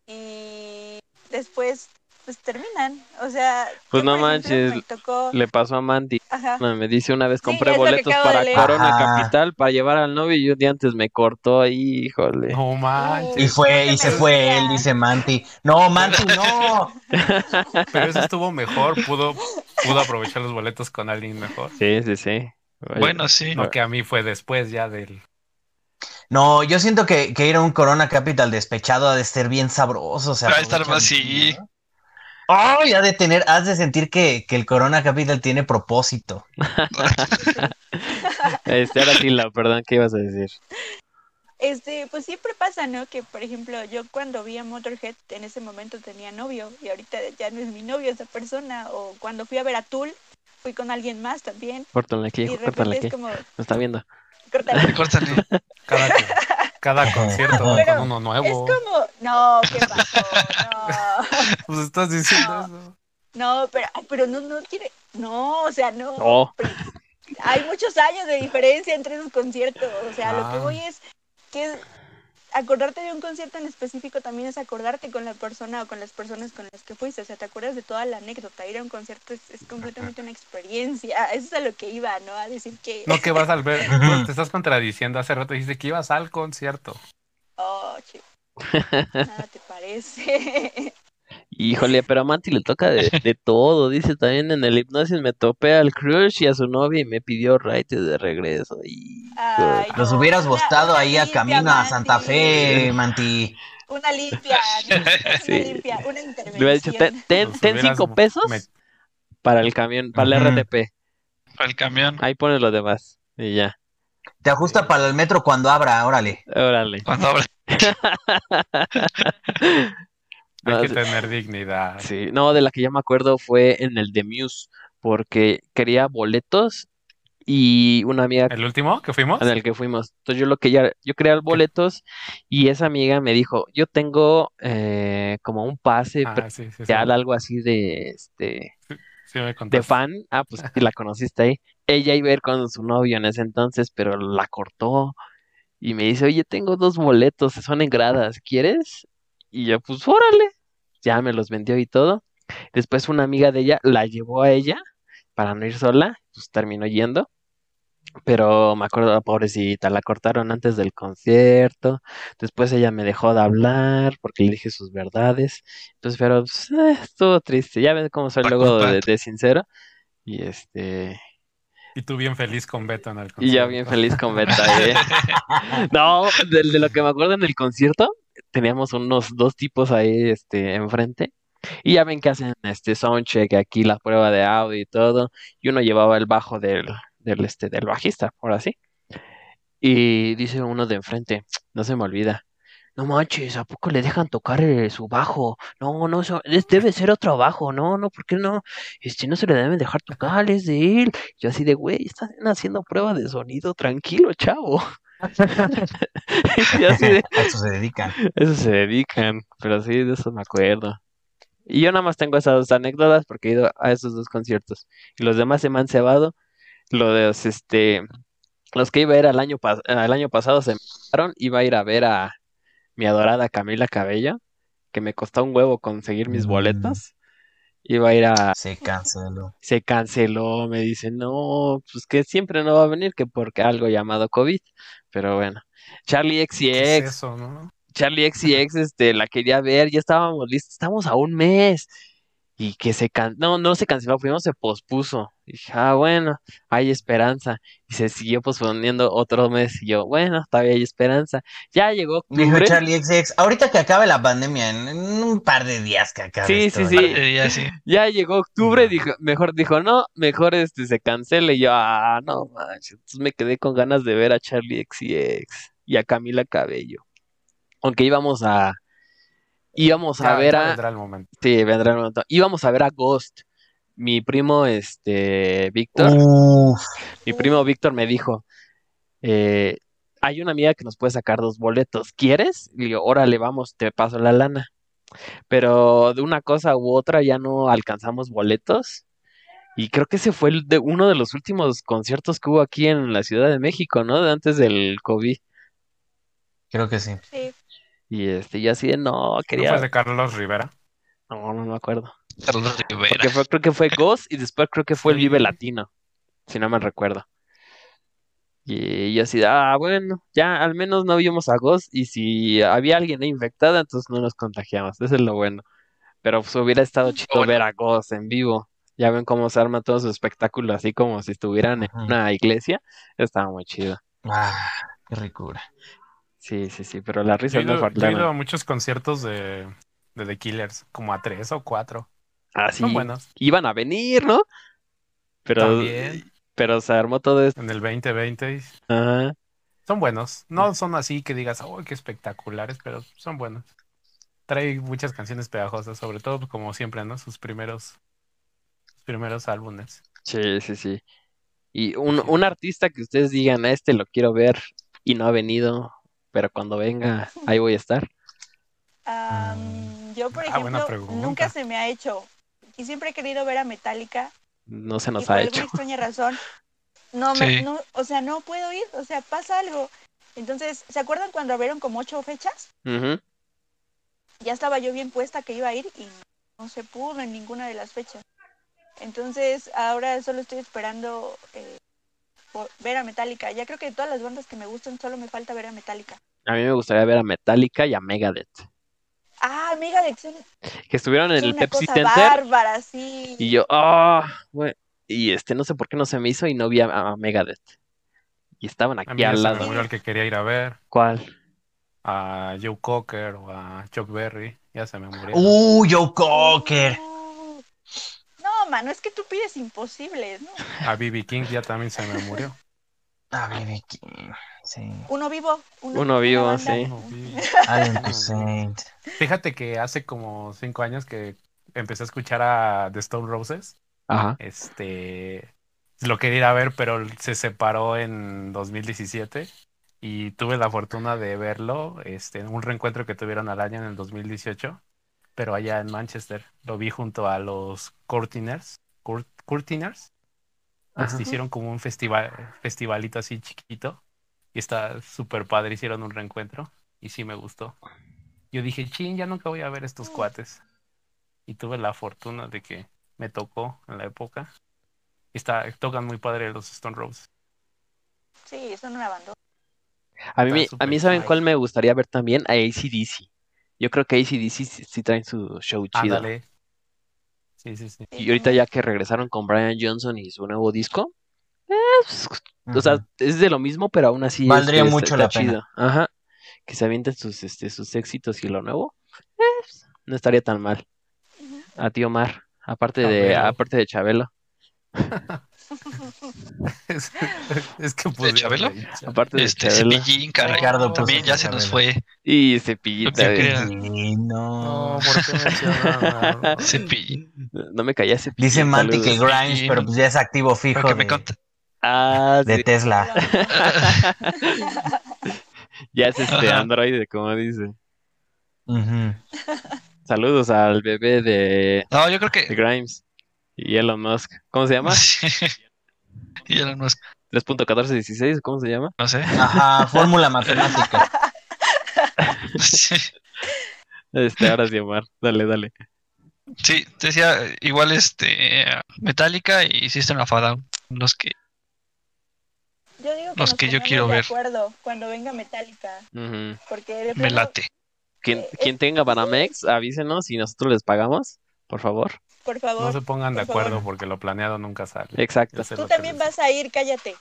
Speaker 7: y después pues terminan. O sea,
Speaker 2: Pues
Speaker 7: yo,
Speaker 2: no
Speaker 7: por ejemplo,
Speaker 2: manches.
Speaker 7: Me tocó,
Speaker 2: Le pasó a Mandy.
Speaker 7: ajá.
Speaker 2: Me dice una vez
Speaker 7: pues. Sí,
Speaker 2: compré
Speaker 7: es lo que
Speaker 2: boletos
Speaker 7: acabo de
Speaker 2: para
Speaker 7: leer.
Speaker 2: Corona
Speaker 3: Ajá.
Speaker 2: Capital para llevar al novio y un día antes me cortó, híjole.
Speaker 5: No
Speaker 3: Y
Speaker 5: manches.
Speaker 3: fue, y se fue él, dice Manti. No, Manti, no.
Speaker 5: Pero eso estuvo mejor. Pudo, pudo aprovechar los boletos con alguien mejor.
Speaker 2: Sí, sí, sí. Vaya.
Speaker 6: Bueno, sí.
Speaker 5: Lo que a mí fue después ya del.
Speaker 3: No, yo siento que, que ir a un Corona Capital despechado ha de ser bien sabroso. Se
Speaker 6: Ha de estar
Speaker 3: aprovechan
Speaker 6: más, sí.
Speaker 3: bien, ¿no? Ay, ha de tener, has de sentir que, que el Corona Capital tiene propósito.
Speaker 2: Este, ahora sí, la, perdón, ¿qué ibas a decir?
Speaker 7: Este, pues siempre pasa, ¿no? Que, por ejemplo, yo cuando vi a Motorhead en ese momento tenía novio y ahorita ya no es mi novio esa persona. O cuando fui a ver a Tool, fui con alguien más también.
Speaker 2: Córtale aquí,
Speaker 7: Y de
Speaker 2: hijo,
Speaker 7: repente
Speaker 2: córtale aquí.
Speaker 7: es como,
Speaker 2: Nos está viendo.
Speaker 7: córtale.
Speaker 6: Córtale.
Speaker 5: Cada, cada concierto va
Speaker 7: Pero
Speaker 5: con uno
Speaker 7: Es
Speaker 5: nuevo.
Speaker 7: como, no, ¿qué pasó? No.
Speaker 5: Pues estás diciendo eso.
Speaker 7: No, pero, ay, pero no, no quiere, no, o sea, no.
Speaker 2: Oh,
Speaker 7: Hay muchos años de diferencia entre esos conciertos, o sea, lo que
Speaker 5: Ah.
Speaker 7: voy es que acordarte de un concierto en específico también es acordarte con la persona o con las personas con las que fuiste, o sea, te acuerdas de toda la anécdota, ir a un concierto es, es completamente una experiencia, eso es a lo que iba, ¿no? A decir que,
Speaker 5: No, que vas al ver. tú Te estás contradiciendo. Hace rato dijiste que ibas al concierto.
Speaker 7: oh, chico, nada te parece.
Speaker 2: híjole, pero a Manti le toca de, de todo. Dice también en el hipnosis me topé al crush y a su novia y me pidió right de regreso. Y...
Speaker 7: Ay,
Speaker 3: Los
Speaker 7: no,
Speaker 3: hubieras
Speaker 7: una-
Speaker 3: bostado
Speaker 7: una
Speaker 3: ahí a
Speaker 7: limpia,
Speaker 3: camino a
Speaker 7: Mandy.
Speaker 3: Santa Fe, Manti.
Speaker 7: Una limpia, ¿no? una
Speaker 2: Sí.
Speaker 7: limpia, una
Speaker 2: Le hubiera dicho,
Speaker 7: intervención.
Speaker 2: ten, ten,
Speaker 5: Nos
Speaker 2: ten
Speaker 5: hubieras
Speaker 2: cinco
Speaker 5: mo-
Speaker 2: pesos
Speaker 5: met-
Speaker 2: para el camión, para
Speaker 3: Ujú.
Speaker 2: el RTP.
Speaker 6: Para el camión.
Speaker 2: Ahí pones lo demás. Y ya,
Speaker 3: Te ajusta para el metro cuando abra, órale.
Speaker 2: órale.
Speaker 6: Cuando abra.
Speaker 5: Hay
Speaker 2: No,
Speaker 5: que
Speaker 2: Ah, sí.
Speaker 5: tener dignidad.
Speaker 2: Sí, no, de la que yo me acuerdo fue en el de Muse, porque quería boletos y una amiga
Speaker 5: ¿El último que fuimos?
Speaker 2: en el que fuimos. Entonces yo lo que ya, yo quería boletos y esa amiga me dijo, yo tengo eh, como un pase
Speaker 5: Ah, sí, sí, sí.
Speaker 2: especial, algo así de este
Speaker 5: Sí, me
Speaker 2: de
Speaker 5: contaste.
Speaker 2: fan. Ah, pues sí, la conociste ahí. Ella iba a ir con su novio en ese entonces, pero la cortó y me dice, oye, tengo dos boletos, son en gradas, ¿quieres? Y yo, pues órale, ya me los vendió y todo. Después una amiga de ella la llevó a ella para no ir sola, pues terminó yendo. Pero me acuerdo, "Ah, pobrecita, la cortaron antes del concierto. Después ella me dejó de hablar porque le dije sus verdades. Entonces, pero pues, eh, estuvo triste. Ya ven cómo soy
Speaker 6: La
Speaker 2: luego
Speaker 6: culpa.
Speaker 2: de, de sincero. Y este,
Speaker 5: Y tú bien feliz con Beto en el concierto.
Speaker 2: y ya bien feliz con Beta. ¿eh? No, de, de lo que me acuerdo en el concierto, teníamos unos dos tipos ahí, este, enfrente. Y ya ven que hacen este soundcheck aquí, la prueba de audio y todo. Y uno llevaba el bajo del, del, este, del bajista, por así. Y dice uno de enfrente, no se me olvida. No manches, ¿a poco le dejan tocar eh, su bajo? No, no, eso- es- debe ser otro bajo, no, no, ¿por qué no? Este, no se le deben dejar tocar, es de él. Yo así de, güey, están haciendo prueba de sonido, tranquilo, chavo. Y así de,
Speaker 3: A eso se dedican.
Speaker 2: eso se dedican, pero sí, de eso me acuerdo. Y yo nada más tengo esas dos anécdotas porque he ido a esos dos conciertos. Y los demás se me han cebado. Los, este, los que iba a ir al año, pas- al año pasado se me cebaron. Iba a ir a ver a mi adorada Camila Cabello, que me costó un huevo conseguir mis
Speaker 3: Mm.
Speaker 2: boletos. Iba a ir a...
Speaker 3: Se canceló.
Speaker 2: Se canceló, me dice, no, pues que siempre no va a venir, que porque algo llamado COVID. Pero bueno, Charlie
Speaker 5: ¿Qué es
Speaker 2: XCX,
Speaker 5: eso, no?
Speaker 2: Charlie X y X, este, la quería ver, ya estábamos listos, estamos a un mes. y que se can... no, no se canceló, primero se pospuso. Y dije, ah, bueno, hay esperanza. Y se siguió posponiendo otro mes. Y yo, bueno, todavía hay esperanza. Ya llegó
Speaker 3: Dijo
Speaker 2: octubre.
Speaker 3: Charlie XX, ahorita que acabe la pandemia, en, en un par de días que acabe.
Speaker 2: Sí,
Speaker 3: esto,
Speaker 2: sí, sí.
Speaker 3: ¿verdad?
Speaker 6: Eh, ya sí.
Speaker 2: Ya llegó octubre, dijo, mejor dijo, no, mejor este se cancele. Y yo, ah, no manches. Entonces me quedé con ganas de ver a Charlie XCX y a Camila Cabello. Aunque íbamos a. Íbamos Pues a
Speaker 5: Ya-
Speaker 2: ver ah,
Speaker 5: ya
Speaker 2: a.
Speaker 5: vendrá el momento.
Speaker 2: Sí, vendrá el momento. Íbamos a ver a Ghost. Mi primo, este, Víctor,
Speaker 3: Ah. Uf,
Speaker 2: mi primo Víctor me dijo, eh, hay una amiga que nos puede sacar dos boletos, ¿quieres? Y yo, órale, vamos, te paso la lana. Pero de una cosa u otra ya no alcanzamos boletos. Y creo que ese fue el de uno de los últimos conciertos que hubo aquí en la Ciudad de México, ¿no? De antes del COVID.
Speaker 3: creo que sí.
Speaker 7: Sí.
Speaker 2: Y este, yo así de, no,
Speaker 5: ¿No
Speaker 2: quería...
Speaker 5: fue de Carlos Rivera?
Speaker 2: No, no me acuerdo.
Speaker 6: Carlos Rivera.
Speaker 2: Porque fue- creo que fue Ghost y después creo que fue el
Speaker 5: Sí.
Speaker 2: Vive Latino, si no me recuerdo. Y yo así, de, ah, bueno, ya al menos no vimos a Ghost y si había alguien infectada, entonces no nos contagiamos, eso es lo bueno. Pero pues hubiera estado chido
Speaker 6: bueno.
Speaker 2: ver a Ghost en vivo. Ya ven cómo se arma todo su espectáculo, así como si estuvieran en
Speaker 3: Ujú.
Speaker 2: una iglesia. Estaba muy chido.
Speaker 3: Ah, qué ricura.
Speaker 2: Sí, sí, sí, pero las
Speaker 5: Yo he
Speaker 2: risas no
Speaker 5: ido, yo he ido
Speaker 2: faltaron.
Speaker 5: a muchos conciertos de, de The Killers, como a tres o cuatro.
Speaker 2: Así
Speaker 5: Son buenos.
Speaker 2: Ah, iban a venir, ¿no? Pero,
Speaker 5: También
Speaker 2: pero se armó todo esto. Ah.
Speaker 5: en el 2020. y
Speaker 2: Ajá.
Speaker 5: Son buenos. No son así que digas, oh, qué espectaculares, pero son buenos. Trae muchas canciones pegajosas, sobre todo pues, como siempre, ¿no? Sus primeros, sus primeros álbumes.
Speaker 2: Sí, sí, sí. Y un, un artista que ustedes digan, a este lo quiero ver y no ha venido, pero cuando venga, ahí voy a estar.
Speaker 7: Am, yo, por
Speaker 5: Ah, buena
Speaker 7: ejemplo,
Speaker 5: pregunta.
Speaker 7: nunca se me ha hecho. Y siempre he querido ver a Metallica.
Speaker 2: No se
Speaker 7: y
Speaker 2: nos
Speaker 7: por
Speaker 2: ha
Speaker 7: alguna
Speaker 2: hecho.
Speaker 7: extraña razón. No, me,
Speaker 6: Sí.
Speaker 7: no, o sea, no puedo ir. O sea, pasa algo. Entonces, ¿se acuerdan cuando abrieron como ocho fechas?
Speaker 2: Ujú.
Speaker 7: ya estaba yo bien puesta que iba a ir y no se pudo en ninguna de las fechas. Entonces ahora solo estoy esperando eh, por- ver a Metallica. Ya creo que de todas las bandas que me gustan solo me falta ver a Metallica.
Speaker 2: A mí me gustaría ver a Metallica y a Megadeth,
Speaker 7: Ah, amiga de son,
Speaker 2: que estuvieron en
Speaker 7: son
Speaker 2: el
Speaker 7: una
Speaker 2: Pepsi
Speaker 7: cosa
Speaker 2: Center
Speaker 7: bárbara, sí.
Speaker 2: y yo, ah, güey. Y este, no sé por qué no se me hizo y no vi a, a Megadeth. Y estaban
Speaker 5: A
Speaker 2: aquí
Speaker 5: mí ya
Speaker 2: al
Speaker 5: se me
Speaker 2: lado.
Speaker 5: murió el que quería ir a ver,
Speaker 2: ¿Cuál?
Speaker 5: a Joe Cocker o a Chuck Berry. Ya se me murió.
Speaker 3: Uh, Joe Cocker.
Speaker 7: Uh. No, mano, es que tú pides imposibles, ¿no?
Speaker 5: A B.B. King ya también se me murió.
Speaker 3: Ah, baby, King, sí. Ah,
Speaker 7: Uno vivo. Uno,
Speaker 2: Uno
Speaker 7: una
Speaker 2: vivo,
Speaker 7: banda.
Speaker 2: sí.
Speaker 5: No, sí.
Speaker 3: Alan Toussaint.
Speaker 5: Fíjate que hace como cinco años que empecé a escuchar a The Stone Roses.
Speaker 2: Ajá.
Speaker 5: Este lo quería ir a ver, pero se separó en 2017 y tuve la fortuna de verlo este, en un reencuentro que tuvieron al año en el 2018, pero allá en Manchester. Lo vi junto a los Curtiners. Cur- Curtiners. Este,
Speaker 2: Ajá.
Speaker 5: hicieron como un festival, festivalito así chiquito y está súper padre. Hicieron un reencuentro y sí me gustó. Yo dije, chin, ya nunca voy a ver estos cuates. Y tuve la fortuna de que me tocó en la época. Y Está, tocan muy padre los Stone Roses.
Speaker 7: Sí, son una banda.
Speaker 2: A mí,
Speaker 5: Está
Speaker 2: me- a mí,
Speaker 5: súper
Speaker 2: ¿saben
Speaker 5: chido.
Speaker 2: cuál me gustaría ver también? A AC/DC. Yo creo que AC/DC sí, sí traen su show chido.
Speaker 5: Ándale. Sí, sí, sí.
Speaker 2: Y ahorita ya que regresaron con Brian Johnson y su nuevo disco, eh, pues, o sea,
Speaker 3: Ujú.
Speaker 2: es de lo mismo, pero aún así
Speaker 3: Valdría
Speaker 2: este,
Speaker 3: mucho
Speaker 2: está,
Speaker 3: la
Speaker 2: está
Speaker 3: pena.
Speaker 2: chido. Ajá. Que se avienten sus, este, sus éxitos y lo nuevo, eh, pues, no estaría tan mal. A ti, Omar, aparte de,
Speaker 5: Chabelo.
Speaker 2: aparte de Chabelo,
Speaker 5: Es, es que pues,
Speaker 6: ¿De Chabelo?
Speaker 5: reír, Chabelo.
Speaker 2: aparte de
Speaker 6: Este,
Speaker 2: Chabelo
Speaker 6: Cepillín, caray.
Speaker 5: Ricardo
Speaker 6: También
Speaker 5: puso
Speaker 6: ya se nos fue.
Speaker 2: y
Speaker 6: Yo
Speaker 2: Cepillita. eh.
Speaker 6: quería
Speaker 3: Sí, no.
Speaker 5: No, ¿por qué mencionaron a-
Speaker 6: Cepillín.
Speaker 2: No me callé Cepillín.
Speaker 3: Dice Manti que
Speaker 2: saludos.
Speaker 3: Grimes, pero pues ya es activo fijo
Speaker 6: Porque me
Speaker 3: de,
Speaker 6: cont-
Speaker 2: Ah,
Speaker 3: de
Speaker 2: sí.
Speaker 3: Tesla.
Speaker 2: Ya es este
Speaker 6: Ajá.
Speaker 2: androide, como dice.
Speaker 3: Ujú.
Speaker 2: Saludos al bebé de,
Speaker 6: No, yo creo
Speaker 2: de
Speaker 6: que.
Speaker 2: Grimes y Elon Musk. ¿Cómo se llama?
Speaker 6: y Elon Musk,
Speaker 2: 3.1416, ¿cómo se llama?
Speaker 6: no sé.
Speaker 3: Ajá, fórmula matemática.
Speaker 6: Sí.
Speaker 2: Este, ahora sí, Omar. Dale, dale.
Speaker 6: Sí, te decía, eh, igual este Metallica y System of a Down, los que
Speaker 7: Yo digo que
Speaker 6: Los
Speaker 7: nos
Speaker 6: que yo
Speaker 7: pongamos
Speaker 6: quiero
Speaker 7: de
Speaker 6: ver.
Speaker 7: acuerdo cuando venga Metallica,
Speaker 2: Ujú.
Speaker 7: porque de
Speaker 6: me
Speaker 7: plano-
Speaker 6: late.
Speaker 2: Quien, quien tenga Banamex, avísenos y nosotros les pagamos, por favor.
Speaker 7: Por
Speaker 5: No
Speaker 7: favor.
Speaker 5: se pongan de
Speaker 7: por favor.
Speaker 5: acuerdo porque lo planeado nunca sale.
Speaker 2: Exacto.
Speaker 5: Yo sé
Speaker 7: Tú
Speaker 5: lo que
Speaker 7: también
Speaker 5: les-
Speaker 7: vas a ir, cállate.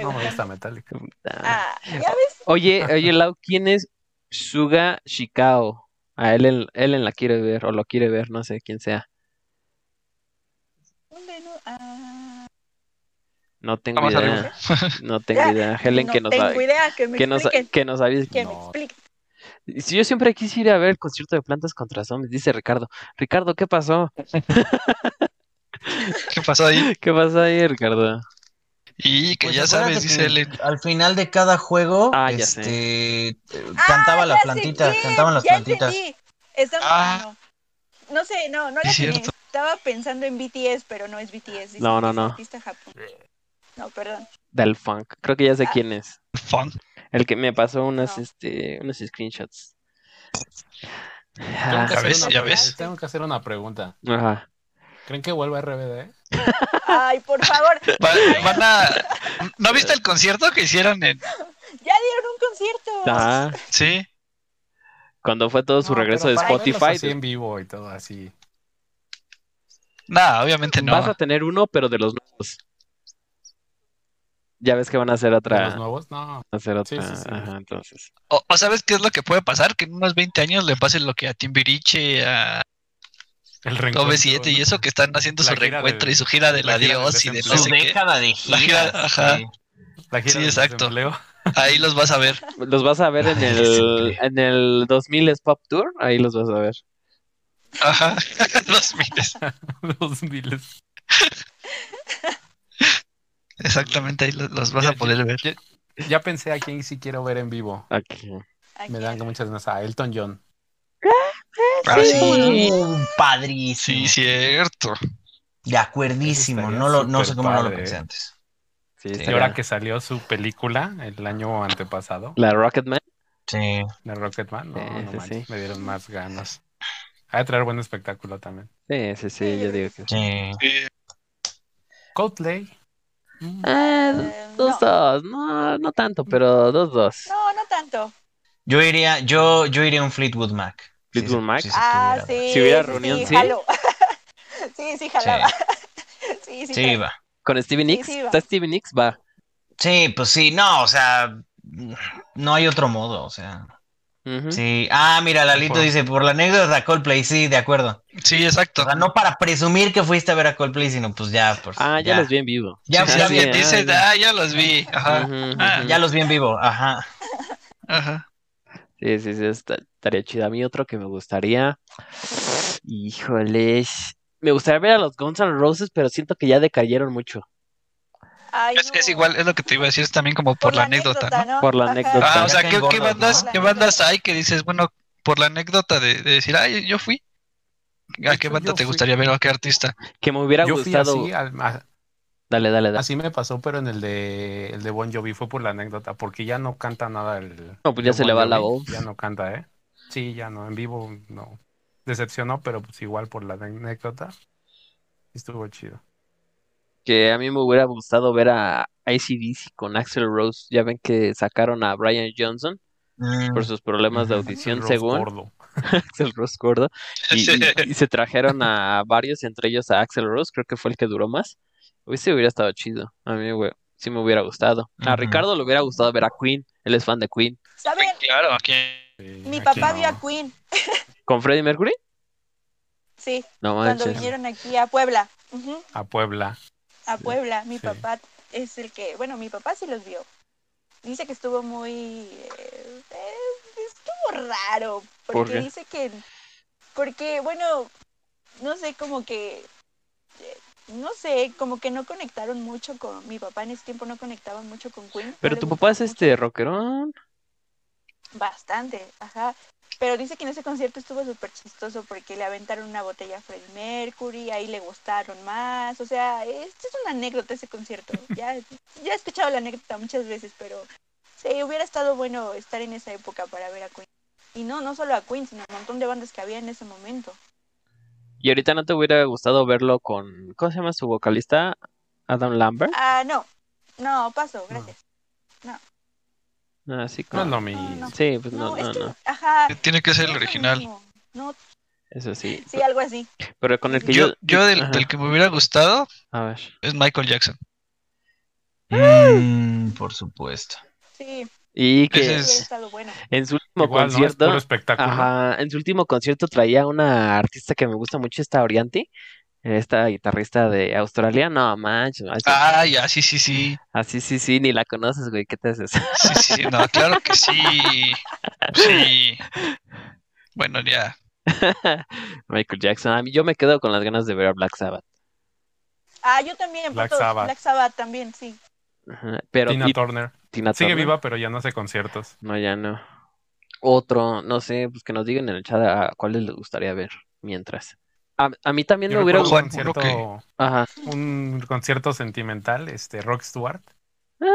Speaker 5: No me gusta Metallica.
Speaker 7: Ah, ya ves,
Speaker 2: Oye, oye, Lau, ¿quién es Suga Shikao? A él, él, él la quiere ver, o lo quiere ver, no sé quién sea.
Speaker 7: ¿dónde no? Ah,
Speaker 2: No tengo
Speaker 6: Vamos
Speaker 2: idea.
Speaker 6: arriba.
Speaker 2: No tengo idea. Helen,
Speaker 7: no
Speaker 2: que nos
Speaker 7: tengo
Speaker 2: va-
Speaker 7: idea, que me
Speaker 2: que nos,
Speaker 7: expliquen.
Speaker 2: que nos avise.
Speaker 7: Que me
Speaker 5: No.
Speaker 7: expliquen.
Speaker 2: Si yo siempre quise ir a ver el concierto de Plantas contra Zombies, dice Ricardo. Ricardo, ¿qué pasó?
Speaker 6: ¿Qué pasó ahí?
Speaker 2: ¿Qué pasó ahí, Ricardo?
Speaker 6: Y que
Speaker 3: Pues
Speaker 6: ya
Speaker 3: acuérdate
Speaker 6: sabes,
Speaker 3: que
Speaker 6: dice Ellen.
Speaker 3: Al final de cada juego,
Speaker 2: Ah, ya sé.
Speaker 3: este, eh,
Speaker 7: Ah,
Speaker 3: cantaba la
Speaker 7: ya sé
Speaker 3: plantita,
Speaker 7: quién,
Speaker 3: cantaban las
Speaker 7: ya
Speaker 3: plantitas.
Speaker 7: entendí. Estamos-
Speaker 6: Ah.
Speaker 7: no. No sé, no, no la
Speaker 6: Es
Speaker 7: tenía.
Speaker 6: cierto.
Speaker 7: Estaba pensando en BTS, pero no es BTS. dicen
Speaker 2: No, no,
Speaker 7: que es
Speaker 2: no.
Speaker 7: artista japonés. No, perdón.
Speaker 2: Del funk. Creo que ya sé
Speaker 7: Ah.
Speaker 2: quién es.
Speaker 6: Funk.
Speaker 2: El que me pasó unas,
Speaker 7: No.
Speaker 2: este, unos screenshots.
Speaker 5: Tengo que
Speaker 6: ¿Ya
Speaker 5: hacer
Speaker 6: ves?
Speaker 5: una
Speaker 6: ¿Ya
Speaker 5: pregunta,
Speaker 6: ves?
Speaker 5: Tengo que hacer una pregunta.
Speaker 2: Ah, Ajá.
Speaker 5: ¿Creen que vuelva RBD?
Speaker 7: Ay, por favor,
Speaker 6: Va- van a... ¿No viste el concierto que hicieron en...
Speaker 7: ya dieron un concierto.
Speaker 2: Ajá.
Speaker 5: Ah.
Speaker 6: Sí,
Speaker 2: Cuando fue todo su
Speaker 5: No,
Speaker 2: regreso
Speaker 5: pero
Speaker 2: de
Speaker 5: para verlos
Speaker 2: Spotify,
Speaker 5: así en vivo y todo así.
Speaker 6: nada,
Speaker 5: pues,
Speaker 6: obviamente no.
Speaker 2: vas a tener uno, pero de los nuevos. Ya ves que van a hacer
Speaker 5: ¿De
Speaker 2: otra.
Speaker 5: los nuevos? No.
Speaker 2: hacer
Speaker 5: Sí,
Speaker 2: otra.
Speaker 5: sí, sí.
Speaker 2: Ajá, entonces.
Speaker 6: O, o sabes qué es lo que puede pasar, que en unos 20 años le pase lo que a Timbiriche, a
Speaker 5: El reencuentro.
Speaker 6: ob 7 y eso que están haciendo
Speaker 5: La
Speaker 6: su
Speaker 5: gira
Speaker 6: reencuentro
Speaker 5: del-
Speaker 6: y su gira del
Speaker 5: la gira del
Speaker 6: adiós y de no
Speaker 5: desempleo.
Speaker 6: sé
Speaker 3: Su
Speaker 6: qué.
Speaker 3: década de
Speaker 6: La gira,
Speaker 3: giras.
Speaker 6: ajá.
Speaker 3: sí.
Speaker 5: La gira
Speaker 6: Sí,
Speaker 5: del
Speaker 6: exacto.
Speaker 5: desempleo.
Speaker 6: Ahí los vas a ver.
Speaker 2: Los vas a ver en el, en el 2000 es Pop Tour. Ahí los vas a ver.
Speaker 6: Ajá. Los miles.
Speaker 5: Los miles.
Speaker 6: Exactamente, ahí los, los vas
Speaker 5: Ya,
Speaker 6: a poder ver.
Speaker 5: Ya pensé a quién sí quiero ver en vivo.
Speaker 2: Aquí.
Speaker 7: Aquí.
Speaker 5: Me dan muchas ganas a Elton John.
Speaker 6: Ah, sí.
Speaker 3: Uh, padrísimo.
Speaker 6: Sí, cierto.
Speaker 3: De acuerdísimo.
Speaker 5: Estaría
Speaker 3: No, lo, no sé
Speaker 5: súper
Speaker 3: cómo no lo
Speaker 5: padre.
Speaker 3: pensé antes.
Speaker 2: Sí,
Speaker 3: Sí.
Speaker 5: Y
Speaker 2: será.
Speaker 5: ahora que salió su película el año antepasado,
Speaker 2: La Rocketman.
Speaker 3: Sí.
Speaker 5: de Rocketman, no,
Speaker 2: Sí,
Speaker 5: no
Speaker 2: sí,
Speaker 5: manches,
Speaker 2: sí.
Speaker 5: me dieron más ganas. Ha de traer buen espectáculo también.
Speaker 2: Sí, sí, sí,
Speaker 7: Sí,
Speaker 2: yo
Speaker 7: yo
Speaker 2: digo que sí.
Speaker 3: Sí.
Speaker 6: Sí.
Speaker 5: Coldplay. Mm.
Speaker 2: Ah,
Speaker 7: Eh,
Speaker 2: dos,
Speaker 7: no,
Speaker 2: dos. No, no tanto, pero dos, dos.
Speaker 7: no, no tanto.
Speaker 3: Yo iría, yo, yo iría a un Fleetwood Mac. Si
Speaker 2: Fleetwood
Speaker 3: se-
Speaker 2: Mac.
Speaker 3: si se
Speaker 7: Ah,
Speaker 3: pudiera.
Speaker 7: sí.
Speaker 2: Si hubiera
Speaker 7: sí,
Speaker 2: reunión,
Speaker 7: sí,
Speaker 2: ¿sí?
Speaker 7: jalo. sí, sí, jalaba. Sí, sí.
Speaker 3: Sí,
Speaker 7: jalo.
Speaker 3: iba.
Speaker 2: Con Stevie Nicks.
Speaker 7: sí, va.
Speaker 2: ¿Está Stevie Nicks? Va.
Speaker 3: Sí, pues sí, no, o sea, no hay otro modo, o sea.
Speaker 2: Ujú.
Speaker 3: Sí, ah, mira, Lalito
Speaker 5: Ujú.
Speaker 3: dice, por la anécdota de Coldplay, sí, de acuerdo.
Speaker 6: Sí,
Speaker 3: O
Speaker 6: exacto.
Speaker 3: sea, no para presumir que fuiste a ver a Coldplay, sino pues ya, por-
Speaker 2: Ah, ya,
Speaker 3: ya,
Speaker 2: los vi en vivo.
Speaker 3: Ya,
Speaker 6: Sí,
Speaker 3: ya
Speaker 6: sí,
Speaker 3: vi-
Speaker 6: que dices,
Speaker 2: ya.
Speaker 6: ah, ya los vi. Ajá.
Speaker 2: Ujú, ujú.
Speaker 6: ah,
Speaker 3: ya los vi en vivo, ajá.
Speaker 6: Ajá.
Speaker 2: Sí, sí, sí, está- estaría chido. A mí otro que me gustaría. Híjoles. Me gustaría ver a los Guns N' Roses, pero siento que ya decayeron mucho.
Speaker 7: Ay,
Speaker 6: Es,
Speaker 7: no.
Speaker 6: es igual, es lo que te iba a decir, es también como por, la anécdota, ¿no?
Speaker 7: ¿no?
Speaker 2: Por la
Speaker 7: Ajá.
Speaker 2: anécdota.
Speaker 6: Ah,
Speaker 3: Ya
Speaker 6: o sea,
Speaker 3: caen
Speaker 6: ¿qué, qué
Speaker 3: gordos,
Speaker 6: bandas,
Speaker 7: ¿no?
Speaker 6: ¿qué bandas hay que dices, bueno, por la anécdota de, de decir, ay, yo fui? ¿A qué
Speaker 5: hecho,
Speaker 6: banda
Speaker 5: yo
Speaker 6: te
Speaker 5: fui.
Speaker 6: gustaría ver o a qué artista?
Speaker 2: Que me hubiera
Speaker 5: Yo fui
Speaker 2: gustado.
Speaker 5: así, al- a-
Speaker 2: Dale, dale, dale.
Speaker 5: así me pasó, pero en el de el de Bon Jovi fue por la anécdota, porque ya no canta nada el.
Speaker 2: No, pues ya
Speaker 5: el
Speaker 2: se le va la
Speaker 5: Jovi,
Speaker 2: voz.
Speaker 5: Ya no canta, ¿eh? Sí, ya no, en vivo no. Decepcionó, pero pues igual por la anécdota. Estuvo chido.
Speaker 2: Que a mí me hubiera gustado ver a AC/DC con Axel Rose. Ya ven que sacaron a Brian Johnson
Speaker 3: Mm,
Speaker 2: por sus problemas de
Speaker 3: Ujú.
Speaker 2: audición,
Speaker 5: Axl Rose
Speaker 2: según
Speaker 5: gordo.
Speaker 2: Axel Rose gordo. Y, y- y se trajeron a varios, entre ellos a Axel Rose, creo que fue el que duró más. Hubiese hubiera estado chido. A mí güey, sí me hubiera gustado. A
Speaker 3: Ujú.
Speaker 2: Ricardo le hubiera gustado ver a Queen. Él es fan de Queen.
Speaker 7: ¿Saben?
Speaker 6: Claro, aquí.
Speaker 5: Sí,
Speaker 7: Mi
Speaker 5: aquí
Speaker 7: papá
Speaker 5: no.
Speaker 7: vio a Queen,
Speaker 2: ¿Con Freddie Mercury?
Speaker 7: sí,
Speaker 2: No
Speaker 7: cuando
Speaker 2: manches.
Speaker 7: vinieron aquí a Puebla. Ujú,
Speaker 5: A Puebla.
Speaker 7: a Puebla, mi
Speaker 5: sí.
Speaker 7: papá es el que, bueno, mi papá sí los vio. Dice que estuvo muy, eh, eh, estuvo raro,
Speaker 2: ¿Por
Speaker 7: porque
Speaker 2: qué?
Speaker 7: dice que, porque, bueno, no sé, como que, eh, no sé, como que no conectaron mucho con, mi papá en ese tiempo no conectaba mucho con Queen. no
Speaker 2: Pero
Speaker 7: le
Speaker 2: tu
Speaker 7: gustaba
Speaker 2: papá es
Speaker 7: mucho.
Speaker 2: este rockerón.
Speaker 7: Bastante, ajá. Pero dice que en ese concierto estuvo súper chistoso porque le aventaron una botella a Freddie Mercury, ahí le gustaron más. O sea, esto es una anécdota ese concierto. Ya, ya he escuchado la anécdota muchas veces, pero sí, hubiera estado bueno estar en esa época para ver a Queen. Y no, no solo a Queen, sino un montón de bandas que había en ese momento.
Speaker 2: Y ahorita no te hubiera gustado verlo con. ¿Cómo se llama su vocalista? Adam Lambert.
Speaker 7: Ah, no, no, paso, gracias.
Speaker 2: No, así
Speaker 5: No
Speaker 2: como.
Speaker 5: es lo mismo.
Speaker 7: no.
Speaker 2: Ah, Sí, pues
Speaker 7: No,
Speaker 2: no,
Speaker 7: es
Speaker 2: no,
Speaker 7: que,
Speaker 2: no.
Speaker 7: ajá.
Speaker 6: Tiene que ser
Speaker 7: no
Speaker 6: el
Speaker 7: es lo
Speaker 6: original.
Speaker 7: mismo. No,
Speaker 2: Eso sí.
Speaker 7: Sí, algo así.
Speaker 2: Pero con el que
Speaker 6: Yo,
Speaker 2: yo.
Speaker 6: yo del,
Speaker 2: Ajá,
Speaker 6: del que me hubiera gustado
Speaker 2: A ver.
Speaker 6: es Michael Jackson.
Speaker 3: Mm, por supuesto.
Speaker 7: Sí,
Speaker 2: Y
Speaker 6: Ese
Speaker 2: que
Speaker 7: hubiera
Speaker 6: es-
Speaker 7: estado bueno.
Speaker 2: en su último
Speaker 5: Igual, ¿no? Es
Speaker 2: concierto.
Speaker 5: puro espectáculo.
Speaker 2: Ajá, en su último concierto traía una artista que me gusta mucho, esta Orianti, esta guitarrista de Australia. No manches, manches.
Speaker 6: Ah, ya, sí, sí, sí.
Speaker 2: así sí, sí, ni la conoces, güey, ¿qué te haces?
Speaker 6: Sí, sí, sí, no, claro que sí. Sí. Bueno, ya.
Speaker 2: Michael Jackson, a mí yo me quedo con las ganas de ver a Black Sabbath.
Speaker 7: Ah, yo también.
Speaker 5: Black
Speaker 7: puto,
Speaker 5: Sabbath.
Speaker 7: Black Sabbath también, sí.
Speaker 2: Ajá, Pero
Speaker 5: Tina
Speaker 2: y-
Speaker 5: Turner.
Speaker 2: Tina
Speaker 5: Sigue
Speaker 2: Turner.
Speaker 5: viva, pero ya no hace conciertos.
Speaker 2: No, ya no. Otro, no sé, pues que nos digan en el chat a cuáles les gustaría ver mientras. A, a mí también
Speaker 5: Yo
Speaker 2: me hubiera
Speaker 5: recuerdo
Speaker 2: gustado.
Speaker 6: Juan,
Speaker 5: un concierto,
Speaker 6: uno
Speaker 2: Ajá.
Speaker 5: un concierto sentimental, este, Rock Stewart.
Speaker 2: Ah.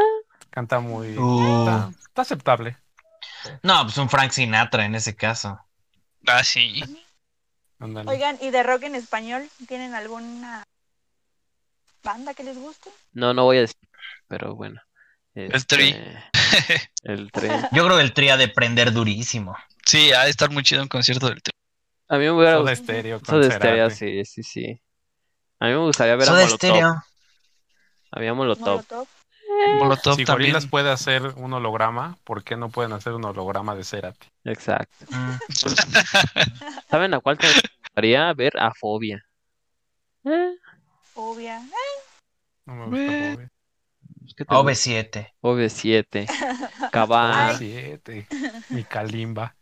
Speaker 5: Canta muy...
Speaker 6: Oh.
Speaker 3: Uh,
Speaker 5: Está, está aceptable.
Speaker 3: no, pues un Frank Sinatra en ese caso.
Speaker 6: Ah, sí.
Speaker 5: Ándale.
Speaker 7: Oigan, ¿y de rock en español? ¿Tienen alguna banda que les guste?
Speaker 2: No, no voy a decir, pero bueno.
Speaker 6: El Tri.
Speaker 2: Este, El Tri.
Speaker 3: Yo creo que el tría de prender durísimo.
Speaker 6: Sí, ha de estar muy chido un concierto del tri.
Speaker 2: A mí me hubiera
Speaker 5: Soda
Speaker 2: gustado.
Speaker 5: Stereo con
Speaker 2: Soda Stereo,
Speaker 5: Cerati.
Speaker 2: sí, sí, sí. A mí me gustaría ver a
Speaker 3: Soda
Speaker 2: Molotov.
Speaker 3: Stereo.
Speaker 2: Había Molotov.
Speaker 7: Molotov.
Speaker 6: Molotov
Speaker 5: Si
Speaker 6: también.
Speaker 5: Gorillaz puede hacer un holograma, ¿por qué no pueden hacer un holograma de Cerati?
Speaker 2: Exacto.
Speaker 3: Mm.
Speaker 2: ¿Saben a cuál te gustaría ver? A Fobia. Eh,
Speaker 7: Obvia. Ah,
Speaker 5: No me gusta
Speaker 6: Eh.
Speaker 5: Fobia.
Speaker 2: ¿qué
Speaker 3: Ah, Oh,
Speaker 2: te gusta?
Speaker 3: OV7.
Speaker 2: OV7. Cabal.
Speaker 5: Siete. Mi Kalimba.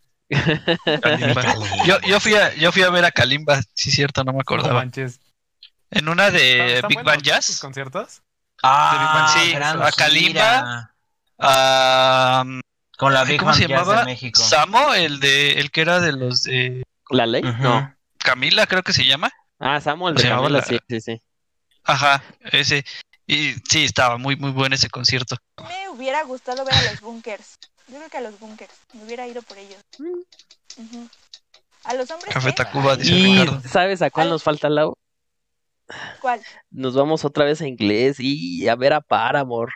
Speaker 6: Kalimba. Yo, yo, fui a, yo fui a ver a Kalimba, sí, cierto, no me
Speaker 5: No
Speaker 6: acordaba.
Speaker 5: manches.
Speaker 6: En una
Speaker 5: ¿Están-
Speaker 6: de
Speaker 5: están
Speaker 6: Eh, Big Band
Speaker 5: buenos sus
Speaker 6: Jazz.
Speaker 5: conciertos?
Speaker 3: Ah,
Speaker 6: Sí,
Speaker 3: gran
Speaker 6: a Kalimba.
Speaker 3: gira.
Speaker 6: ah,
Speaker 3: Con la
Speaker 6: Ay,
Speaker 3: Big
Speaker 6: ¿cómo
Speaker 3: Band
Speaker 6: se
Speaker 3: Jazz de
Speaker 6: llamaba?
Speaker 3: México.
Speaker 6: Samo, el de el que era de los de
Speaker 2: ¿La ley?
Speaker 3: Ujú.
Speaker 2: No.
Speaker 6: Camila, creo que se llama.
Speaker 2: Ah, Samuel de
Speaker 6: Se llamaba
Speaker 2: Camila,
Speaker 6: la-
Speaker 2: sí, sí, sí.
Speaker 6: Ajá, ese. Y sí, estaba muy, muy bueno ese concierto.
Speaker 7: Me hubiera gustado ver a los bunkers. Yo creo que a los bunkers. Me hubiera ido por ellos. Ujú. A los hombres.
Speaker 6: Café
Speaker 7: qué?
Speaker 6: Tacuba, dice
Speaker 2: Y,
Speaker 6: Ricardo.
Speaker 2: ¿sabes a cuál
Speaker 7: Ay.
Speaker 2: nos falta, Lau?
Speaker 7: ¿Cuál?
Speaker 2: Nos vamos otra vez a inglés y a ver a Paramore.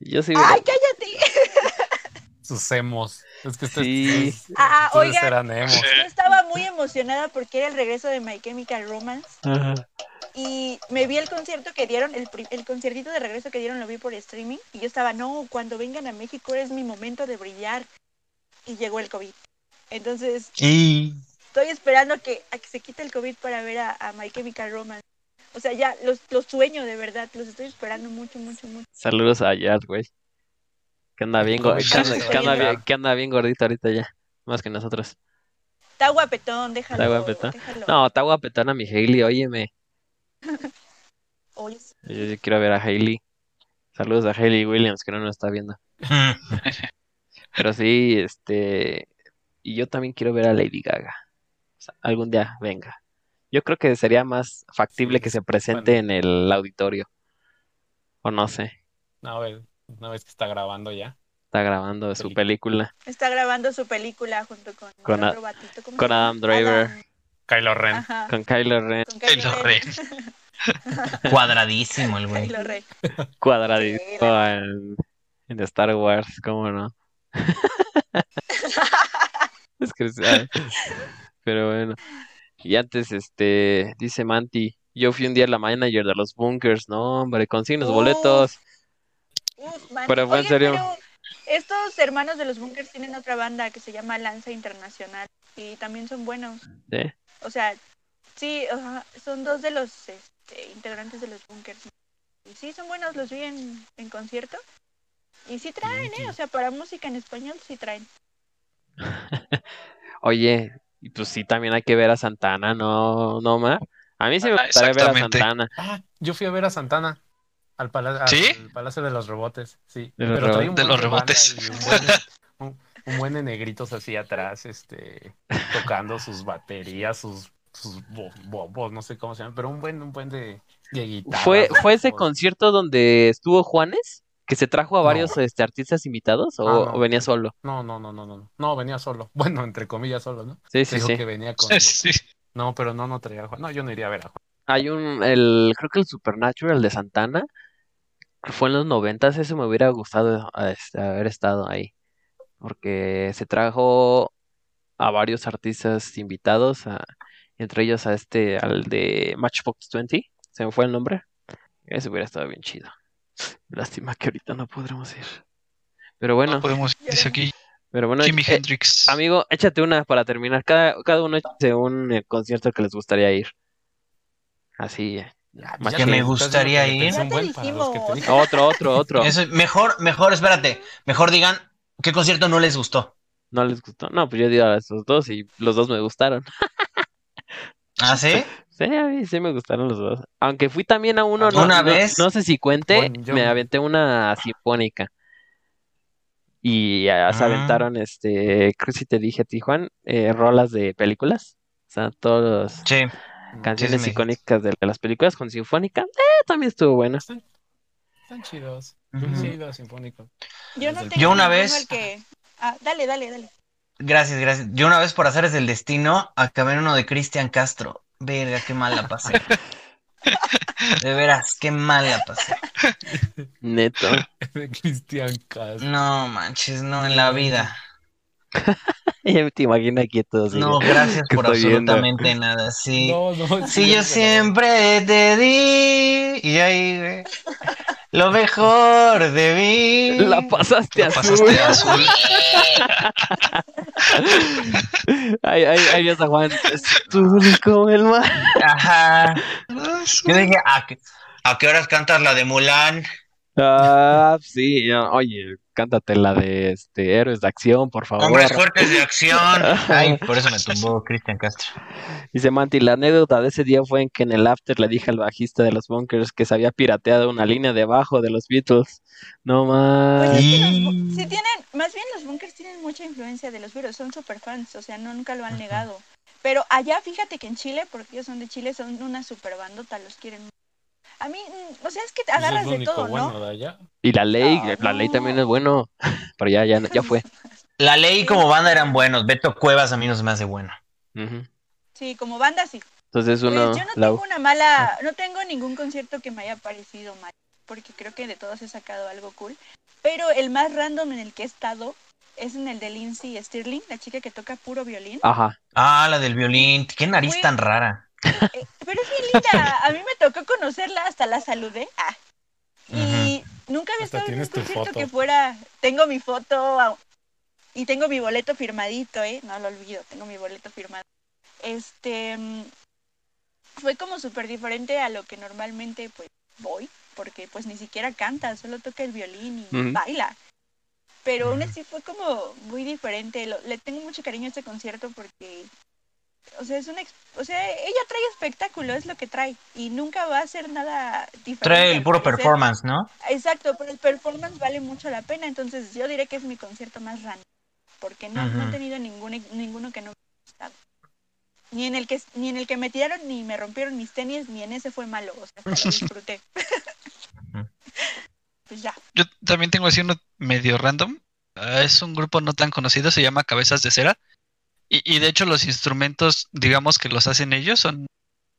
Speaker 2: Yo sí hubiera-
Speaker 7: ¡Ay, cállate!
Speaker 5: Sus emos. Es que ustedes,
Speaker 2: Sí.
Speaker 5: ustedes-
Speaker 7: Ah,
Speaker 5: ustedes
Speaker 7: oigan.
Speaker 5: eran emos.
Speaker 7: Yo estaba muy emocionada porque era el regreso de My Chemical Romance. Y me vi el concierto que dieron, el, pri- el conciertito de regreso que dieron lo vi por streaming. Y yo estaba, no, cuando vengan a México es mi momento de brillar. Y llegó el COVID. Entonces,
Speaker 3: Y
Speaker 7: estoy esperando que, a que se quite el COVID para ver a, a My Chemical Romance. O sea, ya los, los sueño de verdad, los estoy esperando mucho, mucho, mucho.
Speaker 2: Saludos a Yad, güey. Que anda bien, go-
Speaker 5: Ay,
Speaker 2: que anda-
Speaker 7: sí.
Speaker 2: que anda bien- que anda bien gordito ahorita ya. Más que nosotros.
Speaker 7: Está guapetón, déjalo.
Speaker 2: Está guapetón.
Speaker 7: déjalo.
Speaker 2: No, está guapetona mi Hailey, óyeme.
Speaker 7: Oye, sí.
Speaker 2: Yo, yo quiero ver a Hailey. Saludos a Hailey Williams, que no nos está viendo.
Speaker 3: mm,
Speaker 2: Pero sí, este. Y yo también quiero ver a Lady Gaga. O sea, algún día venga. Yo creo que sería más factible
Speaker 5: Sí,
Speaker 2: que se
Speaker 5: sí,
Speaker 2: presente en el auditorio. O no sé,
Speaker 5: Una vez, una vez que está grabando ya.
Speaker 2: está grabando su película
Speaker 7: está grabando su película junto con, el
Speaker 2: Con a-
Speaker 7: otro batito, ¿cómo
Speaker 2: con
Speaker 7: se llama?
Speaker 2: Adam Driver.
Speaker 7: Adam-
Speaker 5: Kylo Ren.
Speaker 7: Ajá,
Speaker 2: con Kylo Ren
Speaker 7: con
Speaker 6: Kylo
Speaker 7: Kylo Ren.
Speaker 6: Ren.
Speaker 3: cuadradísimo el güey.
Speaker 7: Kylo Ren.
Speaker 2: cuadradito
Speaker 7: Sí, la-
Speaker 2: en, en Star Wars, ¿cómo no? Es que- ay, pero bueno. Y antes, este, dice Manti, yo fui un día la manager de los bunkers, no, hombre, consiguen los
Speaker 7: Uf.
Speaker 2: boletos.
Speaker 7: Uf, man.
Speaker 2: Pero fue en
Speaker 7: Oigan,
Speaker 2: serio.
Speaker 7: pero estos hermanos de los bunkers tienen otra banda que se llama Lanza Internacional y también son buenos.
Speaker 2: ¿sí?
Speaker 7: O sea, sí, ajá, son dos de los este, integrantes de los bunkers. Y sí, son buenos, los vi en, en concierto. Y sí traen, ¿eh? O sea, para música en español sí traen.
Speaker 2: Oye, y pues sí, también hay que ver a Santana, ¿no, no, Omar? A mí sí me
Speaker 6: Ah,
Speaker 2: gustaría ver a
Speaker 6: exactamente.
Speaker 2: Santana.
Speaker 5: Ah, yo fui a ver a Santana. Al, pala- al-
Speaker 6: ¿Sí?
Speaker 5: al Palacio de los Rebotes. Sí.
Speaker 2: De los
Speaker 5: Pero traía
Speaker 2: rebotes.
Speaker 5: un
Speaker 6: De
Speaker 5: buen
Speaker 6: los
Speaker 5: banda
Speaker 6: rebotes.
Speaker 5: y Un buen, un- un buen de negritos así atrás, este, tocando sus baterías, sus, sus bo- bobos, no sé cómo se llaman, pero un buen, un buen de, de guitarra.
Speaker 2: ¿Fue, fue ese concierto donde estuvo Juanes? ¿Que se trajo a varios este, artistas invitados o,
Speaker 5: Ah, no.
Speaker 2: o venía solo?
Speaker 5: No, no, no, no, no. no. No, venía solo. Bueno, entre comillas solo, ¿no?
Speaker 2: Sí,
Speaker 5: Se
Speaker 2: sí,
Speaker 5: dijo
Speaker 2: sí.
Speaker 5: que venía con.
Speaker 6: Sí.
Speaker 5: No, pero no, no traía a Juan. No, yo no iría a ver a Juan.
Speaker 2: Hay un, el, creo que el Supernatural de Santana, que fue en los noventas, ese me hubiera gustado a este, haber estado ahí, porque se trajo a varios artistas invitados a- entre ellos a este, al de Matchbox 20, se me fue el nombre. Ese hubiera estado bien chido. Lástima que ahorita no podremos ir. Pero bueno,
Speaker 6: No podemos, dice aquí
Speaker 2: pero bueno,
Speaker 6: Jimi
Speaker 2: eh,
Speaker 6: Hendrix.
Speaker 2: amigo, échate una para terminar. Cada, cada uno échate un eh, concierto que les gustaría ir. Así, eh, más
Speaker 3: pues que
Speaker 2: que-
Speaker 3: me gustaría ir.
Speaker 7: Ya te dijimos.
Speaker 2: Otro, otro, otro.
Speaker 3: Eso- mejor, mejor, espérate. Mejor digan qué concierto no les gustó.
Speaker 2: No les gustó. No, pues yo di a esos dos y los dos me gustaron.
Speaker 3: ¿Ah, sí?
Speaker 2: Sí, a mí sí me gustaron los dos. Aunque fui también a uno, no,
Speaker 3: ¿Alguna
Speaker 2: no-
Speaker 3: vez?
Speaker 2: no sé si cuente,
Speaker 5: Bueno, yo-
Speaker 2: me aventé una sinfónica. Y ah, se
Speaker 3: Ah.
Speaker 2: aventaron, este, creo que sí te dije, Tijuan, eh, rolas de películas. O sea, todas
Speaker 3: Sí.
Speaker 2: las
Speaker 3: me
Speaker 2: canciones
Speaker 3: dijiste.
Speaker 2: icónicas de las películas con sinfónica. Eh, también estuvo buena.
Speaker 5: Están chidos.
Speaker 3: Ujú.
Speaker 5: Sí, los sinfónicos.
Speaker 7: Yo no tengo
Speaker 3: Yo una
Speaker 7: ninguno
Speaker 3: vez-
Speaker 7: al que- Ah, dale, dale, dale.
Speaker 3: Gracias, gracias. Yo una vez por azares del destino acabé en uno de Cristian Castro. Verga, qué mal la pasé. De veras, qué mal la pasé.
Speaker 2: Neto.
Speaker 5: De Cristian Castro.
Speaker 3: No manches, no en la vida.
Speaker 2: Ya me te imagino aquí todos.
Speaker 3: No,
Speaker 2: así.
Speaker 3: gracias
Speaker 2: ¿Qué
Speaker 3: por
Speaker 2: estoy viendo?
Speaker 3: absolutamente nada. Sí.
Speaker 5: No, no,
Speaker 3: Si yo
Speaker 5: no.
Speaker 3: siempre te di y ahí güey, lo mejor de mí.
Speaker 2: La pasaste
Speaker 6: La
Speaker 2: azul.
Speaker 6: pasaste azul.
Speaker 2: Ay, ay, ay, Dios, Juan. Es tu único el mar.
Speaker 3: Ajá. Yo dije, "Ah, ¿a qué, a qué horas cantas la de Mulan?
Speaker 2: Ah, sí, no, oye, cántate la de este Héroes de Acción, por favor.
Speaker 3: Hombres fuertes de acción. Ay, por eso me tumbó Cristian Castro.
Speaker 2: Dice Manti, la anécdota de ese día fue en que en el after le dije al bajista de los Bunkers que se había pirateado una línea debajo de los Beatles. No
Speaker 7: Pues
Speaker 2: más.
Speaker 7: es que los bu-
Speaker 3: Y-
Speaker 7: sí tienen, más bien los bunkers tienen mucha influencia de los virus, son super fans, o sea, no, nunca lo han negado. Pero allá, fíjate que en Chile, porque ellos son de Chile, son una super bandota, los quieren. mucho. A mí, mm, o sea, es que te
Speaker 5: Pues
Speaker 7: agarras
Speaker 5: es lo
Speaker 7: de
Speaker 5: único
Speaker 7: todo,
Speaker 5: bueno
Speaker 7: ¿no?
Speaker 5: de allá.
Speaker 2: Y la ley,
Speaker 7: Ah,
Speaker 2: la ley
Speaker 7: no.
Speaker 2: también es bueno, pero ya, ya, ya fue.
Speaker 3: La ley como banda eran buenos. Beto Cuevas a mí no se me hace bueno.
Speaker 2: Ujú.
Speaker 7: Sí, como banda sí.
Speaker 2: Entonces
Speaker 7: Pues
Speaker 2: uno,
Speaker 7: yo no
Speaker 2: la-
Speaker 7: tengo una
Speaker 5: Ah.
Speaker 7: mala, no tengo ningún concierto que me haya parecido mal, porque creo que de todos he sacado algo cool. Pero el más random en el que he estado es en el de Lindsay Stirling, la chica que toca puro violín.
Speaker 2: ajá,
Speaker 3: Ah, la del violín. Qué nariz
Speaker 7: Güey.
Speaker 3: tan rara.
Speaker 7: Eh, pero es bien linda. A mí me tocó conocerla, hasta la saludé. Ah. Y nunca había
Speaker 5: Hasta
Speaker 7: estado en un
Speaker 5: tienes tu
Speaker 7: concierto
Speaker 5: foto.
Speaker 7: que fuera. Tengo mi foto au- y tengo mi boleto firmadito, ¿eh? No lo olvido, tengo mi boleto firmado. Este. mm, Fue como súper diferente a lo que normalmente pues voy, porque pues ni siquiera canta, solo toca el violín y
Speaker 2: Ujú.
Speaker 7: baila. Pero aún así fue como muy diferente. lo- le tengo mucho cariño a este concierto porque o sea, es una, ex- o sea, ella trae espectáculo, es lo que trae y nunca va a ser nada diferente.
Speaker 3: Trae el
Speaker 7: al
Speaker 3: puro
Speaker 7: parecer.
Speaker 3: performance, ¿no?
Speaker 7: Exacto, pero el performance vale mucho la pena, entonces yo diré que es mi concierto más random, porque no, no
Speaker 3: Ujú.
Speaker 7: he tenido ningún, ninguno que no me haya gustado. Ni en el que ni en el que me tiraron ni me rompieron mis tenis, ni en ese fue malo, o sea, hasta lo disfruté. pues ya.
Speaker 6: Yo también tengo así uno medio random. Ah, es un grupo no tan conocido, se llama Cabezas de Cera. Y, y de hecho los instrumentos, digamos que los hacen ellos, son,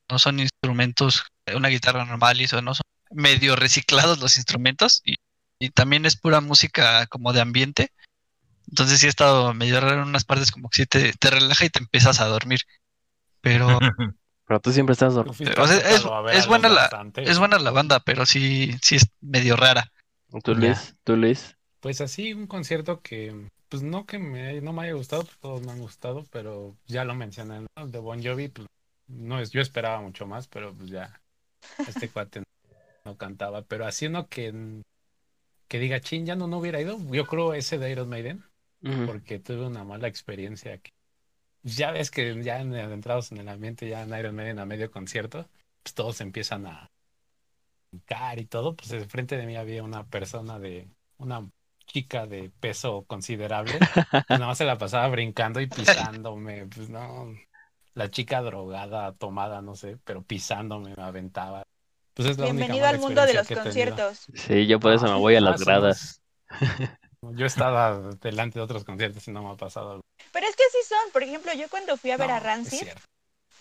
Speaker 6: no son instrumentos, una guitarra normal y eso, no son medio reciclados los instrumentos. Y, y también es pura música como de ambiente. Entonces sí he estado medio raro en unas partes como que sí te, te relaja y te empiezas a dormir. Pero
Speaker 2: pero tú siempre estás
Speaker 5: Tú
Speaker 2: dormido.
Speaker 5: fuiste
Speaker 6: O sea,
Speaker 5: a
Speaker 6: es-
Speaker 5: Zócalo a ver
Speaker 6: es
Speaker 5: a
Speaker 6: buena
Speaker 5: los
Speaker 6: la-
Speaker 5: danzantes.
Speaker 6: es buena la banda, pero sí, sí es medio rara.
Speaker 2: Tú,
Speaker 3: Ya.
Speaker 2: Luis, tú, Luis.
Speaker 5: Pues así, un concierto que, pues no que me, no me haya gustado, pues, todos me han gustado, pero ya lo mencioné, ¿no? El de Bon Jovi, pues no es, yo esperaba mucho más, pero pues ya, este cuate no cantaba, pero así uno que, que diga, chin, ya no, no hubiera ido, yo creo ese de Iron Maiden,
Speaker 2: Ujú.
Speaker 5: porque tuve una mala experiencia que ya ves que ya en- adentrados en el ambiente, ya en Iron Maiden a medio concierto, pues todos empiezan a brincar y todo, pues enfrente de mí había una persona de, una chica de peso considerable, pues nada más se la pasaba brincando y pisándome, pues no, la chica drogada, tomada, no sé, pero pisándome, me aventaba. Pues es la única
Speaker 7: Bienvenido
Speaker 5: mala
Speaker 7: al mundo de los
Speaker 5: experiencia que he tenido.
Speaker 7: conciertos.
Speaker 2: Sí, yo por eso me
Speaker 5: No,
Speaker 2: voy a las
Speaker 5: más o
Speaker 2: gradas.
Speaker 5: menos. Yo estaba delante de otros conciertos y no me ha pasado algo.
Speaker 7: Pero es que así son, por ejemplo, yo cuando fui a ver
Speaker 5: No,
Speaker 7: a
Speaker 5: es
Speaker 7: Rancid,
Speaker 5: cierto.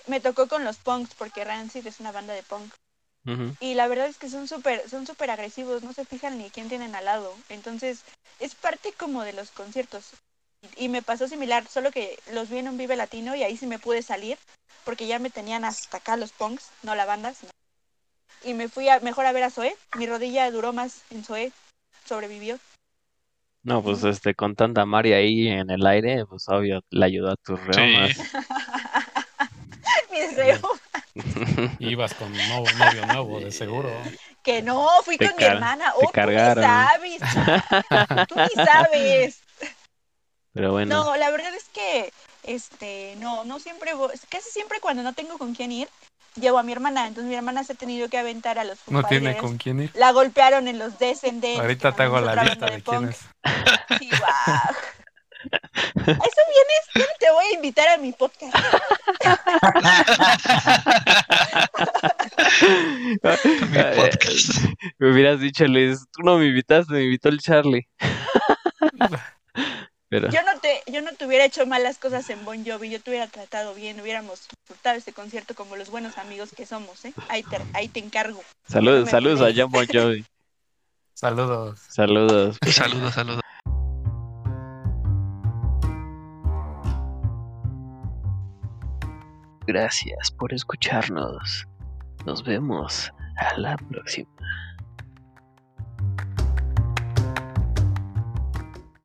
Speaker 7: me tocó con los punks, porque Rancid es una banda de punk.
Speaker 2: Ujú.
Speaker 7: y la verdad es que son súper son súper agresivos, no se fijan ni quién tienen al lado. Entonces, es parte como de los conciertos. Y me pasó similar, solo que los vi en un Vive Latino y ahí sí me pude salir porque ya me tenían hasta acá los punks, no la banda, sino- Y me fui a, mejor a ver a Zoé. Mi rodilla duró más en Zoé. Sobrevivió.
Speaker 2: No, pues este, con tanta Mari ahí en el aire, pues obvio, le ayudó a tus reumas.
Speaker 7: Mi deseo.
Speaker 5: Ibas con nuevo, novio nuevo, de seguro.
Speaker 7: Que no, fui
Speaker 2: Te
Speaker 7: con mi
Speaker 2: car-
Speaker 7: hermana.
Speaker 2: te
Speaker 7: Oh,
Speaker 2: cargaron.
Speaker 7: tú ni sabes. tú ni sabes.
Speaker 2: Pero bueno,
Speaker 7: No, la verdad es que, este, no, no siempre, voy- casi siempre cuando no tengo con quién ir, llevo a mi hermana. Entonces mi hermana se ha tenido que aventar a los Foo
Speaker 5: No tiene
Speaker 7: Fighters.
Speaker 5: con quién ir.
Speaker 7: La golpearon en los Descendentes.
Speaker 5: Ahorita
Speaker 7: que
Speaker 5: te hago
Speaker 7: también es
Speaker 5: la
Speaker 7: otra
Speaker 5: lista
Speaker 7: banda
Speaker 5: de
Speaker 7: punk.
Speaker 5: quiénes.
Speaker 7: Sí, guau. ¿A Eso vienes, Yo no te voy a invitar a mi podcast.
Speaker 6: Mi podcast.
Speaker 2: Ah, eh, me hubieras dicho, Luis, tú no me invitaste, me invitó el Charlie. Pero
Speaker 7: Yo no te, yo no te hubiera hecho malas cosas en Bon Jovi, yo te hubiera tratado bien, hubiéramos disfrutado este concierto como los buenos amigos que somos, ¿eh? Ahí te, ahí te encargo.
Speaker 2: saludos,
Speaker 7: me
Speaker 2: saludos a
Speaker 7: olvidé.
Speaker 2: John Bon Jovi.
Speaker 5: Saludos.
Speaker 2: Saludos.
Speaker 6: Saludos, saludos.
Speaker 2: Gracias por escucharnos. Nos vemos a la próxima.